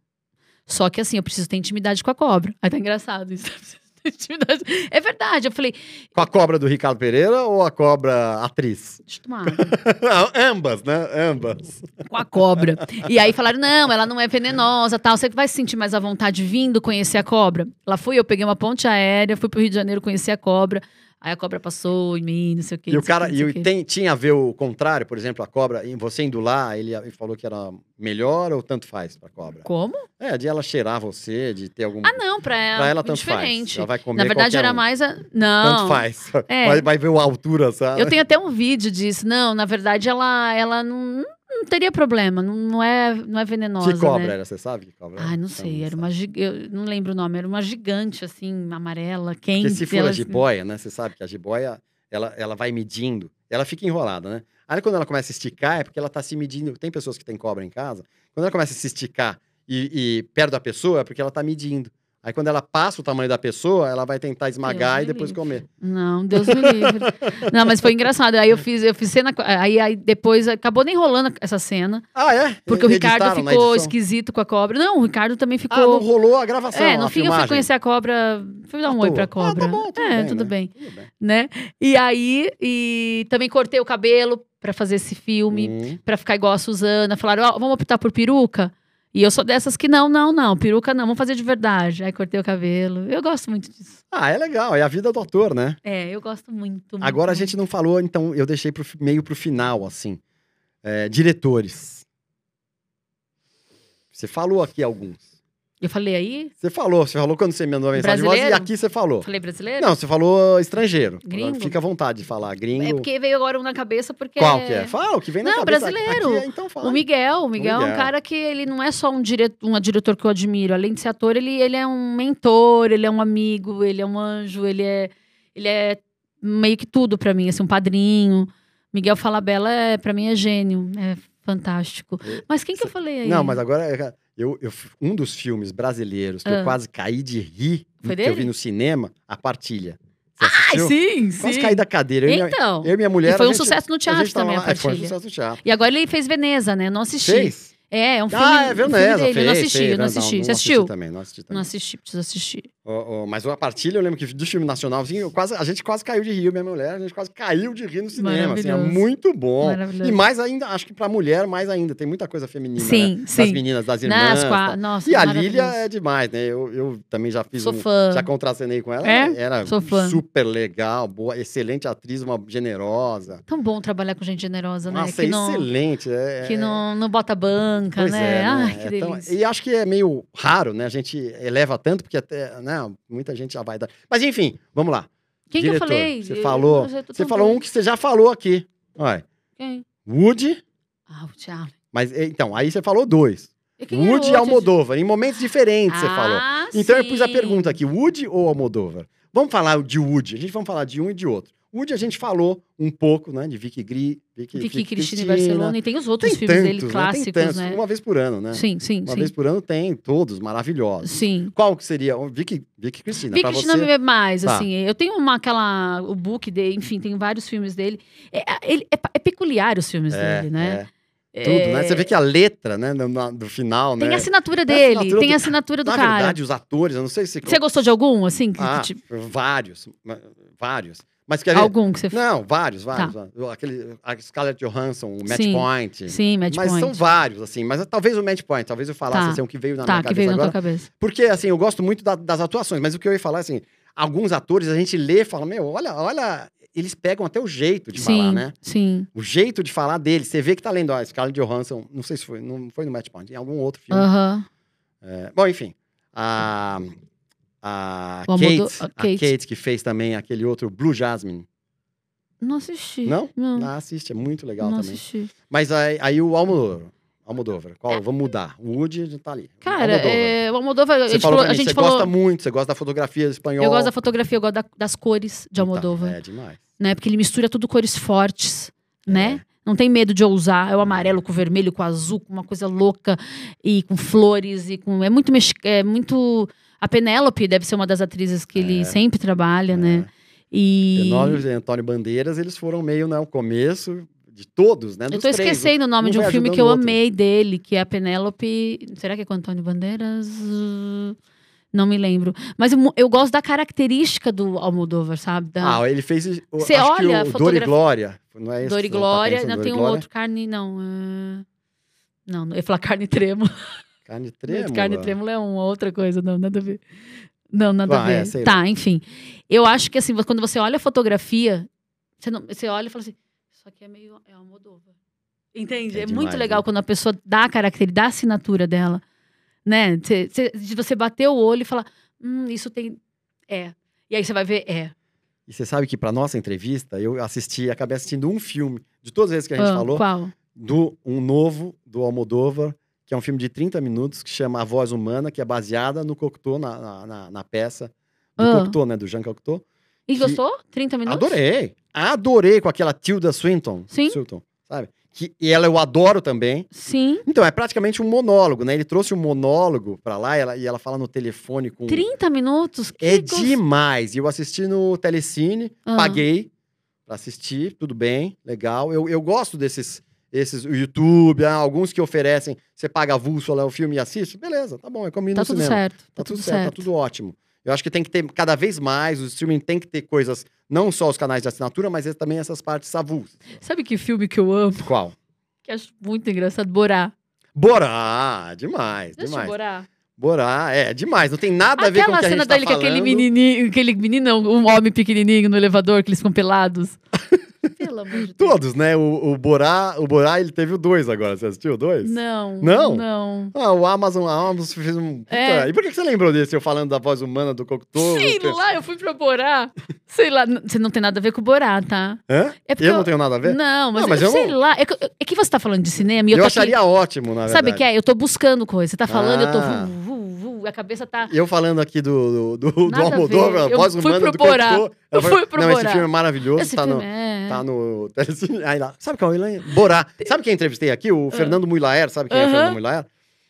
S2: Só que assim, eu preciso ter intimidade com a cobra". Aí tá engraçado isso. [laughs] eu preciso ter intimidade. É verdade. Eu falei:
S1: Com a cobra do Ricardo Pereira ou a cobra [laughs] atriz?
S2: "Deixa eu tomar água".
S1: Ambas, né? Ambas.
S2: com a cobra. E aí falaram: não, ela não é venenosa, tal. Você vai se sentir mais à vontade vindo conhecer a cobra. Lá fui, eu peguei uma ponte aérea, fui pro Rio de Janeiro conhecer a cobra. Aí a cobra passou em mim, não sei o quê.
S1: E
S2: não
S1: o
S2: sei
S1: cara
S2: quê,
S1: e
S2: não sei
S1: o-
S2: o quê.
S1: tem- tinha a ver o contrário, por exemplo, a cobra, e você indo lá, ele ele falou que era melhor ou tanto faz pra cobra?
S2: Como?
S1: É, de ela cheirar você, de ter algum.
S2: Ah, não, pra ela.
S1: pra ela tanto faz.
S2: diferente.
S1: Ela vai comer
S2: Na verdade,
S1: qualquer
S2: era
S1: um.
S2: mais a. Não.
S1: Tanto faz.
S2: É.
S1: Vai, vai ver a altura, sabe?
S2: Eu tenho até um vídeo disso. Não, na verdade, ela, ela não, não teria problema. Não, não é, não é venenosa.
S1: Que cobra
S2: né?
S1: era? Você sabe que cobra é? Então, era?
S2: Ah, não
S1: Você
S2: sei. Era
S1: sabe.
S2: uma gigante. Eu não lembro o nome. Era uma gigante, assim, amarela, quente.
S1: Porque se for a
S2: ela-
S1: jiboia, né? Você sabe que a jiboia, ela, ela vai medindo. Ela fica enrolada, né? Aí quando ela começa a esticar, é porque ela tá se medindo. Tem pessoas que têm cobra em casa. Quando ela começa a se esticar e, e perde a pessoa, é porque ela tá medindo. Aí quando ela passa o tamanho da pessoa, ela vai tentar esmagar
S2: me
S1: e depois
S2: livre.
S1: comer.
S2: Não, Deus me livre. não, mas foi engraçado. Aí eu fiz, eu fiz cena. Aí, aí depois acabou nem rolando essa cena.
S1: Ah, é?
S2: Porque o Ricardo
S1: Editaram na
S2: ficou
S1: edição?
S2: esquisito com a cobra. Não, o Ricardo também
S1: Ah, não
S2: ficou.
S1: rolou a gravação,
S2: é, no
S1: a
S2: fim eu
S1: filmagem.
S2: fui conhecer a cobra. Fui dar
S1: À
S2: um oi
S1: toa.
S2: pra cobra.
S1: Ah, tá bom, tudo
S2: é,
S1: bem,
S2: tudo
S1: né?
S2: bem.
S1: Tudo bem.
S2: Né? E aí, e também cortei o cabelo pra fazer esse filme,
S1: Hum.
S2: pra ficar igual a Suzana. Falaram, ó, vamos optar por peruca? E eu sou dessas que não, não, não, peruca não, vamos fazer de verdade. Aí cortei o cabelo. Eu gosto muito disso.
S1: Ah, é legal. É a vida do ator, né?
S2: É, eu gosto muito. muito,
S1: Agora a
S2: muito.
S1: gente não falou, então eu deixei pro, fi- meio pro final, assim. É, diretores. Você falou aqui alguns.
S2: Eu falei aí?
S1: Você falou, você falou quando você mandou a mensagem de voz e
S2: Brasileiro?
S1: aqui você falou.
S2: Falei brasileiro?
S1: Não, você falou estrangeiro. Agora
S2: Gringo?
S1: Fica à vontade de falar gringo.
S2: É porque veio agora um na cabeça, porque.
S1: Qual que é? Fala o que vem na
S2: Não,
S1: cabeça.
S2: brasileiro.
S1: Aqui, então fala.
S2: O Miguel, o Miguel, é
S1: Miguel.
S2: um cara que ele não é só um, dire... um diretor que eu admiro. Além de ser ator, ele, ele é um mentor, ele é um amigo, ele é um anjo, ele é, ele é meio que tudo pra mim, assim, um padrinho. Miguel Falabella, é, pra mim, é gênio, é fantástico.
S1: É,
S2: Mas quem que eu falei aí?
S1: Não, mas agora é, eu, eu- um dos filmes brasileiros que eu
S2: Ah.
S1: quase caí de rir,
S2: Foi
S1: que eu
S2: dele?
S1: vi no cinema, A Partilha. Você
S2: Ai,
S1: assistiu?
S2: sim, sim.
S1: Quase caí da cadeira. Eu, e minha-
S2: Então.
S1: eu e minha mulher.
S2: e foi
S1: a
S2: um
S1: gente-
S2: sucesso no
S1: a
S2: teatro
S1: gente tava
S2: também, a
S1: lá- é, Foi um
S2: partilha.
S1: sucesso no teatro.
S2: E agora ele fez Veneza, né? Eu Não assisti.
S1: Fez?
S2: É, é um filme.
S1: Ah, é
S2: um filme
S1: Veneza.
S2: dele. eu não
S1: fez,
S2: assisti,
S1: fez,
S2: eu não
S1: né?
S2: assisti.
S1: não
S2: Você assistiu?
S1: também, não assisti também.
S2: Não assisti, preciso assistir.
S1: Ó, ó, mas uma partilha, eu lembro que do filme nacional, assim, eu quase, a gente quase caiu de rir, minha mulher, a gente quase caiu de rir no cinema. Assim, é
S2: Maravilhoso.
S1: muito bom.
S2: Maravilhoso.
S1: E mais ainda, acho que pra mulher, mais ainda. Tem muita coisa feminina. né?
S2: sim,
S1: Das
S2: sim.
S1: meninas, das irmãs.
S2: Nas
S1: tal.
S2: qua... Nossa,
S1: E a
S2: maravilhoso.
S1: Lilia é demais, né? Eu, eu também já fiz
S2: Sou
S1: um-
S2: fã.
S1: Já contracenei com ela.
S2: É?
S1: Era
S2: Sou fã.
S1: super legal, boa, excelente atriz, uma generosa.
S2: Tão bom trabalhar com gente generosa, né?
S1: Nossa,
S2: que não,
S1: excelente. é-
S2: que
S1: é-
S2: não, não bota banca,
S1: Pois
S2: né?
S1: é, né?
S2: Ai, que
S1: É tão-
S2: delícia.
S1: e acho que é meio raro, né? A gente eleva tanto, porque até, né? Muita gente já vai dar. Mas enfim, vamos lá.
S2: Quem
S1: diretor,
S2: que eu falei?
S1: você
S2: Eu-
S1: falou-
S2: eu já tô
S1: Você
S2: tão
S1: falou um
S2: doida.
S1: que você já falou aqui. Olha,
S2: Quem?
S1: Woody,
S2: Ah, o Charlie.
S1: mas eh, então, aí você falou dois.
S2: E quem é
S1: Woody e
S2: outro?
S1: Almodóvar, em momentos diferentes você
S2: Ah,
S1: falou. Então eu pus a
S2: sim.
S1: pergunta aqui, Woody ou Almodóvar? Vamos falar de Woody, a gente vamos falar de um e de outro. Woody a gente falou um pouco, né, de Vicky Gri, Vicky,
S2: Vicky
S1: Vicky
S2: Cristina em Barcelona. E tem os outros
S1: Tem
S2: filmes
S1: tantos,
S2: dele
S1: né?
S2: clássicos,
S1: Tem tantos,
S2: né?
S1: uma vez por ano, né?
S2: Sim, sim,
S1: Uma
S2: sim.
S1: vez por ano tem todos, maravilhosos.
S2: Sim.
S1: Qual que seria? O Vicky, Vicky Cristina,
S2: Vicky
S1: pra
S2: Cristina é
S1: você.
S2: me mais,
S1: Tá.
S2: assim. Eu tenho uma, aquela. O book dele, enfim, tem vários filmes dele. É, é- ele, é, pa- é peculiar os filmes dele, né?
S1: é, tudo, né? Você vê que a letra, né, no, na- do final,
S2: Tem
S1: né?
S2: a assinatura
S1: Tem a
S2: dele,
S1: assinatura
S2: tem
S1: do-
S2: a assinatura do
S1: Na
S2: cara.
S1: verdade, os atores, eu não sei se...
S2: Você gostou de algum, assim? que- que
S1: Ah,
S2: tipo,
S1: vários, ma- vários. Mas quer ver?
S2: algum que você Tá.
S1: Não, vários, vários. vários. Aquele, a Scarlett Johansson, o Match
S2: Sim.
S1: Point.
S2: Sim, Match
S1: mas
S2: Point.
S1: são vários, assim. Mas talvez o Match Point, talvez eu falasse
S2: Tá.
S1: assim, o que veio na
S2: tá,
S1: minha
S2: que
S1: cabeça
S2: veio na
S1: agora.
S2: tua cabeça.
S1: Porque, assim, eu gosto muito da- das atuações, mas o que eu ia falar, assim, alguns atores a gente lê e fala, meu, olha, olha, eles pegam até o jeito de
S2: sim,
S1: falar, né?
S2: sim.
S1: O jeito de falar dele, você vê que tá lendo a Scarlett Johansson, não sei se foi, não foi no Match Point, em algum outro filme.
S2: Aham.
S1: É, bom, enfim. A, a,
S2: O
S1: Kate,
S2: Almodó-
S1: a
S2: a
S1: Kate,
S2: Kate.
S1: que fez também aquele outro Blue Jasmine.
S2: Não assisti.
S1: Não?
S2: Não,
S1: Ah, assiste, é muito legal
S2: não
S1: também.
S2: assisti. É.
S1: Mas aí, aí o Almodóvar. Almodóvar, qual? Vamos mudar. O Woody já tá ali.
S2: Cara,
S1: Almodóvar.
S2: é, o Almodóvar, a
S1: Você
S2: gente
S1: falou
S2: falou.
S1: pra mim,
S2: A gente
S1: você
S2: falou
S1: gosta muito, você gosta da fotografia espanhola.
S2: eu gosto da fotografia, eu gosto da- das cores de
S1: Então,
S2: Almodóvar.
S1: é demais.
S2: né? Porque ele mistura tudo cores fortes, né?
S1: É.
S2: Não tem medo de ousar. É o amarelo com o vermelho, com o azul, com uma coisa louca. E com flores, e com... É muito... Mex... É muito... A Penélope deve ser uma das atrizes que
S1: É.
S2: ele sempre trabalha, né? E...
S1: Denório e Antônio Bandeiras, eles foram meio, né, o começo de todos, né?
S2: Eu
S1: dos
S2: tô
S1: três.
S2: esquecendo o nome
S1: um
S2: de um
S1: vai
S2: filme que eu
S1: ajudando o outro.
S2: amei dele, que é a Penélope. Será que é com Antônio Bandeiras? Uh, Não me lembro. Mas eu, mu- eu gosto da característica do Almodóvar, sabe? Da
S1: Ah, ele fez. o-
S2: Você
S1: acho que
S2: Então, olha a
S1: o Dor e
S2: fotografia-
S1: Glória. Não é esse
S2: Dor
S1: que
S2: e
S1: você tá
S2: Glória.
S1: pensando,
S2: não,
S1: Dor e
S2: tem um
S1: Glória?
S2: outro, Carne. Não. é, Não, não, eu ia falar Carne Tremo.
S1: Carne trêmula.
S2: Mas Carne Trêmula é uma outra coisa, não, nada a ver. Não, nada
S1: Ah,
S2: a ver.
S1: é, sei
S2: tá, enfim. Eu acho que assim, quando você olha a fotografia, você, não- você olha e fala assim, isso aqui é meio é Almodóvar. Entende?
S1: É
S2: É,
S1: demais,
S2: muito legal
S1: né?
S2: quando a pessoa dá a característica, dá a assinatura dela, né? Você- você- De você bater o olho e falar, hum, isso tem... É. E aí você vai ver, é.
S1: E você sabe que pra nossa entrevista, eu assisti, acabei assistindo um filme, de todas as vezes que a gente
S2: Ah,
S1: falou,
S2: Qual?
S1: do um novo do Almodóvar, que é um filme de 30 minutos que chama A Voz Humana, que é baseada no Cocteau, na, na, na- na peça do
S2: Ah.
S1: Cocteau, né? Do Jean Cocteau.
S2: E
S1: Que-
S2: gostou? 30 minutos?
S1: Adorei! Adorei com aquela Tilda Swinton.
S2: Sim.
S1: Swinton, sabe? Que, e ela eu adoro também.
S2: Sim.
S1: Então, é praticamente um monólogo, né? Ele trouxe um monólogo pra lá e ela, e ela fala no telefone com.
S2: 30 minutos? Que
S1: É
S2: gos-
S1: demais! E Eu assisti no Telecine,
S2: Ah.
S1: paguei pra assistir, tudo bem, legal. Eu, eu gosto desses, esses, o YouTube, ah, alguns que oferecem, você paga avulso lá o filme e assiste, beleza, tá bom, é comigo
S2: Tá
S1: no
S2: tudo
S1: cinema.
S2: certo. Tá,
S1: Tá tudo certo, tá tudo ótimo. Eu acho que tem que ter cada vez mais, o streaming tem que ter coisas, não só os canais de assinatura, mas também essas partes avulsas.
S2: Sabe que filme que eu amo?
S1: Qual?
S2: Que acho muito engraçado. Borá.
S1: Borá! Demais,
S2: Deixa
S1: demais.
S2: Borá.
S1: Borá, é, demais. Não tem nada a ver com o
S2: Aquela
S1: que a gente
S2: cena
S1: tá
S2: dele com aquele
S1: falando.
S2: menininho, aquele menino, não, um homem pequenininho no elevador, que eles ficam pelados. [laughs] Pelo amor de Deus.
S1: Todos, né? O, o Borá, o Borá, ele teve o dois agora. Você assistiu o dois?
S2: Não.
S1: Não?
S2: Não.
S1: Ah, o Amazon, a Amazon fez um. Puta,
S2: É.
S1: E por que que você lembrou desse eu falando da voz humana do Cocteau?
S2: Sei
S1: Pe-
S2: lá, eu fui pra Borá. Sei lá, n- você não tem nada a ver com o Borá, tá?
S1: Hã?
S2: É
S1: Eu não tenho nada a ver?
S2: Não, mas,
S1: Não, mas
S2: eu,
S1: eu
S2: sei
S1: não-
S2: lá. É que, é que você tá falando de cinema e eu,
S1: eu
S2: tô
S1: acharia ótimo, na
S2: aqui...
S1: verdade.
S2: Sabe o que é? Eu tô buscando coisa. Você tá falando, eu tô...
S1: Ah.
S2: vu, vu, vu, a cabeça tá...
S1: Eu falando aqui do, do, do, do
S2: Nada a
S1: Almodóvar,
S2: ver.
S1: a voz
S2: Eu fui
S1: humana
S2: pro
S1: do
S2: Borá.
S1: Cocteau.
S2: Eu
S1: Ela
S2: fui pro
S1: Não, esse
S2: Borá.
S1: filme é maravilhoso.
S2: Esse
S1: tá,
S2: filme
S1: no,
S2: é...
S1: tá no. Telecine. Aí lá. Sabe qual é o Borá? Sabe quem eu entrevistei aqui? O Fernando Muilaer. Sabe quem é o
S2: Ah. Aham.
S1: Fernando Muilaer?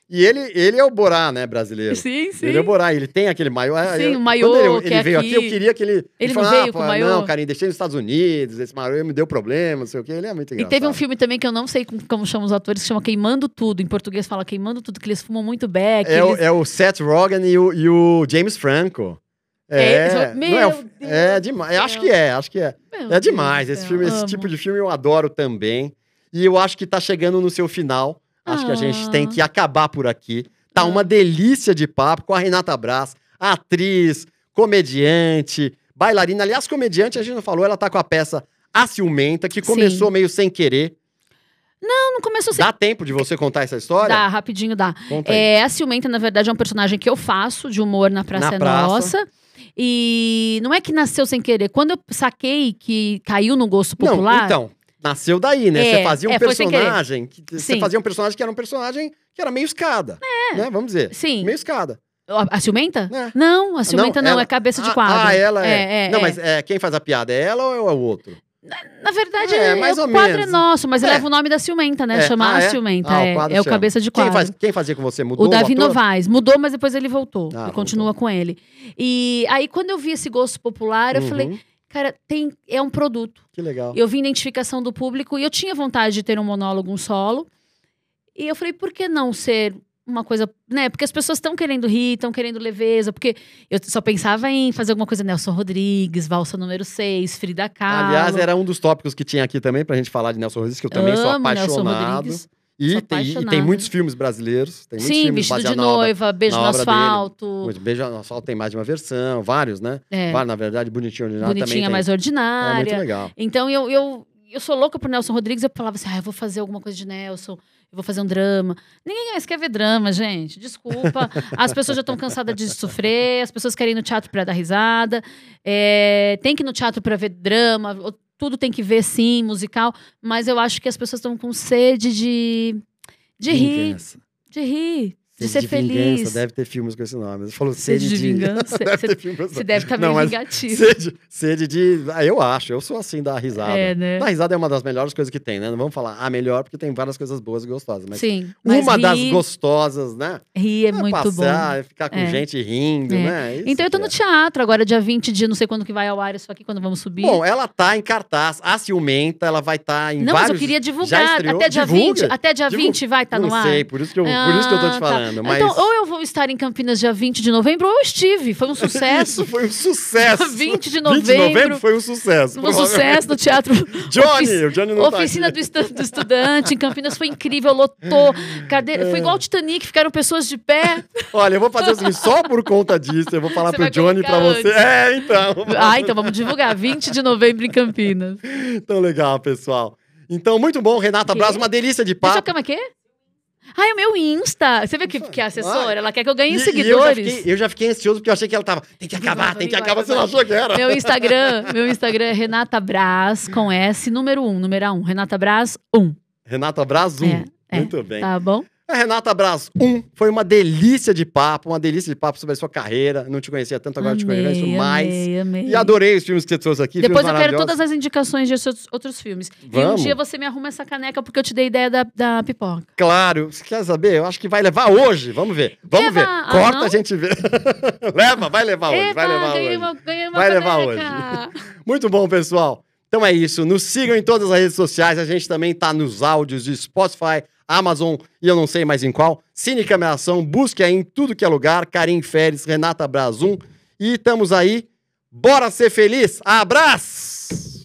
S1: E ele, ele é o Borá, né, brasileiro.
S2: Sim, sim.
S1: Ele é o Borá, ele tem aquele maiô. é,
S2: Sim,
S1: eu-
S2: o maiô
S1: Quando ele,
S2: que
S1: ele
S2: é
S1: veio
S2: aqui.
S1: aqui, eu queria que ele.
S2: Ele não veio
S1: ah,
S2: com
S1: pô,
S2: o maiô?
S1: Não, Carinho, deixei nos Estados Unidos, esse maiô me deu problema, não sei o quê. Ele é muito
S2: E
S1: engraçado.
S2: teve um filme também que eu não sei como, como chamam os atores, que chama Queimando Tudo. Em português fala Queimando Tudo, que eles fumam muito beck.
S1: É, o,
S2: eles-
S1: é o Seth Rogen e o, e o James Franco.
S2: É,
S1: É,
S2: eles- meu
S1: não é, o-
S2: Deus
S1: é
S2: do
S1: demais. Acho
S2: céu.
S1: que é, acho que é.
S2: Meu
S1: É
S2: Deus
S1: demais.
S2: do
S1: Esse,
S2: céu,
S1: filme, esse
S2: amo.
S1: tipo de filme eu adoro também. E eu acho que tá chegando no seu final. Acho que a gente
S2: Ah.
S1: tem que acabar por aqui. Tá
S2: Ah.
S1: uma delícia de papo com a Renata Brás, atriz, comediante, bailarina. Aliás, comediante, a gente não falou, ela tá com a peça A Ciumenta, que
S2: Sim.
S1: começou meio sem querer.
S2: Não, não começou assim.
S1: Dá tempo de você contar essa história?
S2: Dá, rapidinho dá.
S1: Conta aí.
S2: É, a Ciumenta, na verdade, é um personagem que eu faço de humor na Praça,
S1: Na
S2: é
S1: praça.
S2: Nossa. E não é que nasceu sem querer. Quando eu saquei que caiu no gosto
S1: não,
S2: É popular.
S1: então, nasceu daí, né?
S2: É,
S1: você fazia um
S2: é, foi sem querer.
S1: personagem. que- você
S2: Sim. É.
S1: fazia um personagem que era um personagem que era meio escada. Né? Vamos dizer.
S2: Sim.
S1: Meio escada.
S2: A a Ciumenta?
S1: É.
S2: Não, a Ciumenta não,
S1: ela-
S2: é cabeça de
S1: Ah,
S2: quadro.
S1: Ah, ela é.
S2: É, é,
S1: não,
S2: é.
S1: mas é, quem faz a piada é ela ou é o outro?
S2: Na verdade,
S1: É,
S2: é,
S1: mais
S2: o
S1: ou
S2: quadro
S1: menos.
S2: é nosso, mas
S1: É.
S2: leva o nome da Ciumenta, né?
S1: É.
S2: Chama
S1: Ah,
S2: a
S1: é?
S2: Ciumenta.
S1: Ah, o
S2: é
S1: quadro
S2: é o
S1: chama.
S2: cabeça de
S1: Quem,
S2: quadro.
S1: faz, quem fazia com você mudou?
S2: O Davi
S1: ator?
S2: Novaes. Mudou, mas depois ele voltou.
S1: Ah,
S2: e
S1: voltou.
S2: continua com ele. E aí, quando eu vi esse gosto popular, eu
S1: Uhum,
S2: falei, cara, tem, é um produto.
S1: Que legal.
S2: Eu vi identificação do público e eu tinha vontade de ter um monólogo, um solo. E eu falei, por que não ser uma coisa, né? Porque as pessoas estão querendo rir, estão querendo leveza, porque eu só pensava em fazer alguma coisa Nelson Rodrigues, Valsa número 6, Frida Kahlo.
S1: Aliás, era um dos tópicos que tinha aqui também pra gente falar de Nelson Rodrigues, que eu também sou
S2: Amo Nelson
S1: apaixonado.
S2: Rodrigues.
S1: E,
S2: Sou
S1: tem, e tem
S2: apaixonada.
S1: muitos filmes brasileiros. Tem muitos
S2: Sim,
S1: filmes
S2: vestido de
S1: baseados na obra-
S2: noiva, beijo
S1: na
S2: no
S1: obra dele.
S2: asfalto.
S1: Muito Beijo no Asfalto tem mais de uma versão, vários, né?
S2: é,
S1: Vários, na verdade, Bonitinho Ordinário também
S2: bonitinha,
S1: tem.
S2: mais
S1: É muito
S2: ordinária.
S1: legal.
S2: Então eu, eu, eu sou louca por Nelson Rodrigues. Eu falava assim: ah, eu vou fazer alguma coisa de Nelson, eu vou fazer um drama. Ninguém mais quer ver drama, gente. Desculpa. As pessoas já estão cansadas de sofrer, as pessoas querem ir no teatro para dar risada. É, tem que ir no teatro para ver drama. ou- Tudo tem que ver, sim, musical. Mas eu acho que as pessoas estão com sede de, de rir,
S1: Vingança.
S2: de rir, de ser
S1: vingança,
S2: feliz.
S1: Deve ter filmes com esse nome. Você falou
S2: Sede
S1: sede,
S2: de vingança. é,
S1: Deve
S2: Você
S1: [laughs] ter filmes com esse
S2: você deve estar meio
S1: Não, mas
S2: [laughs] vingativo.
S1: Sede, sede de. Ah, eu acho, eu sou assim da risada.
S2: É, né?
S1: Dar risada é uma das melhores coisas que tem, né? Não vamos falar a melhor, porque tem várias coisas boas e gostosas. Mas
S2: Sim. mas
S1: uma das
S2: rir-
S1: gostosas, né?
S2: Rir é muito bom.
S1: passar, ficar com
S2: É.
S1: gente rindo,
S2: É.
S1: né? Isso
S2: Então eu tô
S1: que
S2: no
S1: é.
S2: teatro agora, dia 20 de não sei quando que vai ao ar isso aqui, quando vamos subir.
S1: Bom, ela tá em cartaz, a ciumenta, ela vai estar em
S2: não,
S1: vários...
S2: mas eu queria
S1: já
S2: divulgar.
S1: estreou?
S2: Até dia
S1: Divulga.
S2: 20, até dia
S1: Divulga.
S2: 20 vai, tá
S1: Não
S2: no ar.
S1: sei, por isso que eu, por isso que eu tô
S2: Ah,
S1: te
S2: tá.
S1: falando, mas...
S2: Então, ou eu vou estar em Campinas dia 20 de novembro, ou eu estive. Foi um sucesso.
S1: [laughs] Isso
S2: [laughs]
S1: foi um sucesso.
S2: 20 de
S1: 20 de novembro
S2: novembro.
S1: foi um sucesso.
S2: Um sucesso no teatro.
S1: [laughs] Johnny,
S2: Ofici-
S1: o Johnny não
S2: Oficina
S1: tá
S2: do, estu- do estudante em Campinas foi incrível, lotou. Cadeira, foi igual o Titanic, ficaram pessoas de
S1: [laughs]
S2: pé.
S1: aqui. Olha, eu vou fazer o seguinte, só por conta disso, eu vou falar
S2: Você
S1: pro
S2: vai
S1: Johnny e pra
S2: colocar
S1: você.
S2: antes.
S1: É, então.
S2: [laughs] Ah, então vamos divulgar. 20 de novembro em Campinas.
S1: Então, legal, pessoal. Então, muito bom, Renata
S2: Quê?
S1: Braz, uma delícia de
S2: Deixa eu
S1: papo.
S2: como é que é? Ah, é o meu Insta. Você vê que, que é assessora? Ela quer que eu ganhe
S1: E- e eu,
S2: seguidores.
S1: já fiquei, eu já fiquei ansioso porque eu achei que ela tava. Tem que acabar,
S2: vai,
S1: tem que
S2: vai,
S1: acabar.
S2: vai,
S1: Você não
S2: vai.
S1: achou que era?
S2: Meu Instagram, meu Instagram é Renata Braz com S, número 1, um, número 1. Um. Renata Braz 1, um,
S1: Renata Braz 1.
S2: É, é.
S1: Muito bem.
S2: tá bom?
S1: A Renata Braz 1 foi uma delícia de papo, uma delícia de papo sobre a sua carreira. Não te conhecia tanto, agora te
S2: Amei,
S1: conheço mais.
S2: amei, amei.
S1: E adorei os filmes que você trouxe aqui.
S2: Depois
S1: filmes
S2: eu quero
S1: maravilhosos.
S2: todas as indicações de outros, outros filmes. E
S1: Vamos.
S2: um dia você me arruma essa caneca porque eu te dei ideia da, da pipoca.
S1: Claro, você quer saber? Eu acho que vai levar hoje. Vamos ver. Vamos
S2: Leva-
S1: ver.
S2: ah,
S1: Corta,
S2: não?
S1: a gente vê. [laughs] Leva, vai levar hoje.
S2: Eba,
S1: vai levar
S2: ganhei
S1: hoje.
S2: uma, ganhei uma
S1: Vai levar
S2: caneca.
S1: hoje. Muito bom, pessoal. Então é isso. Nos sigam em todas as redes sociais. A gente também tá nos áudios de Spotify, Amazon e eu não sei mais em qual. Cine Cameração, busque aí em tudo que é lugar. Karim Feres, Renata Brazum. E estamos aí. Bora ser feliz. Abraço!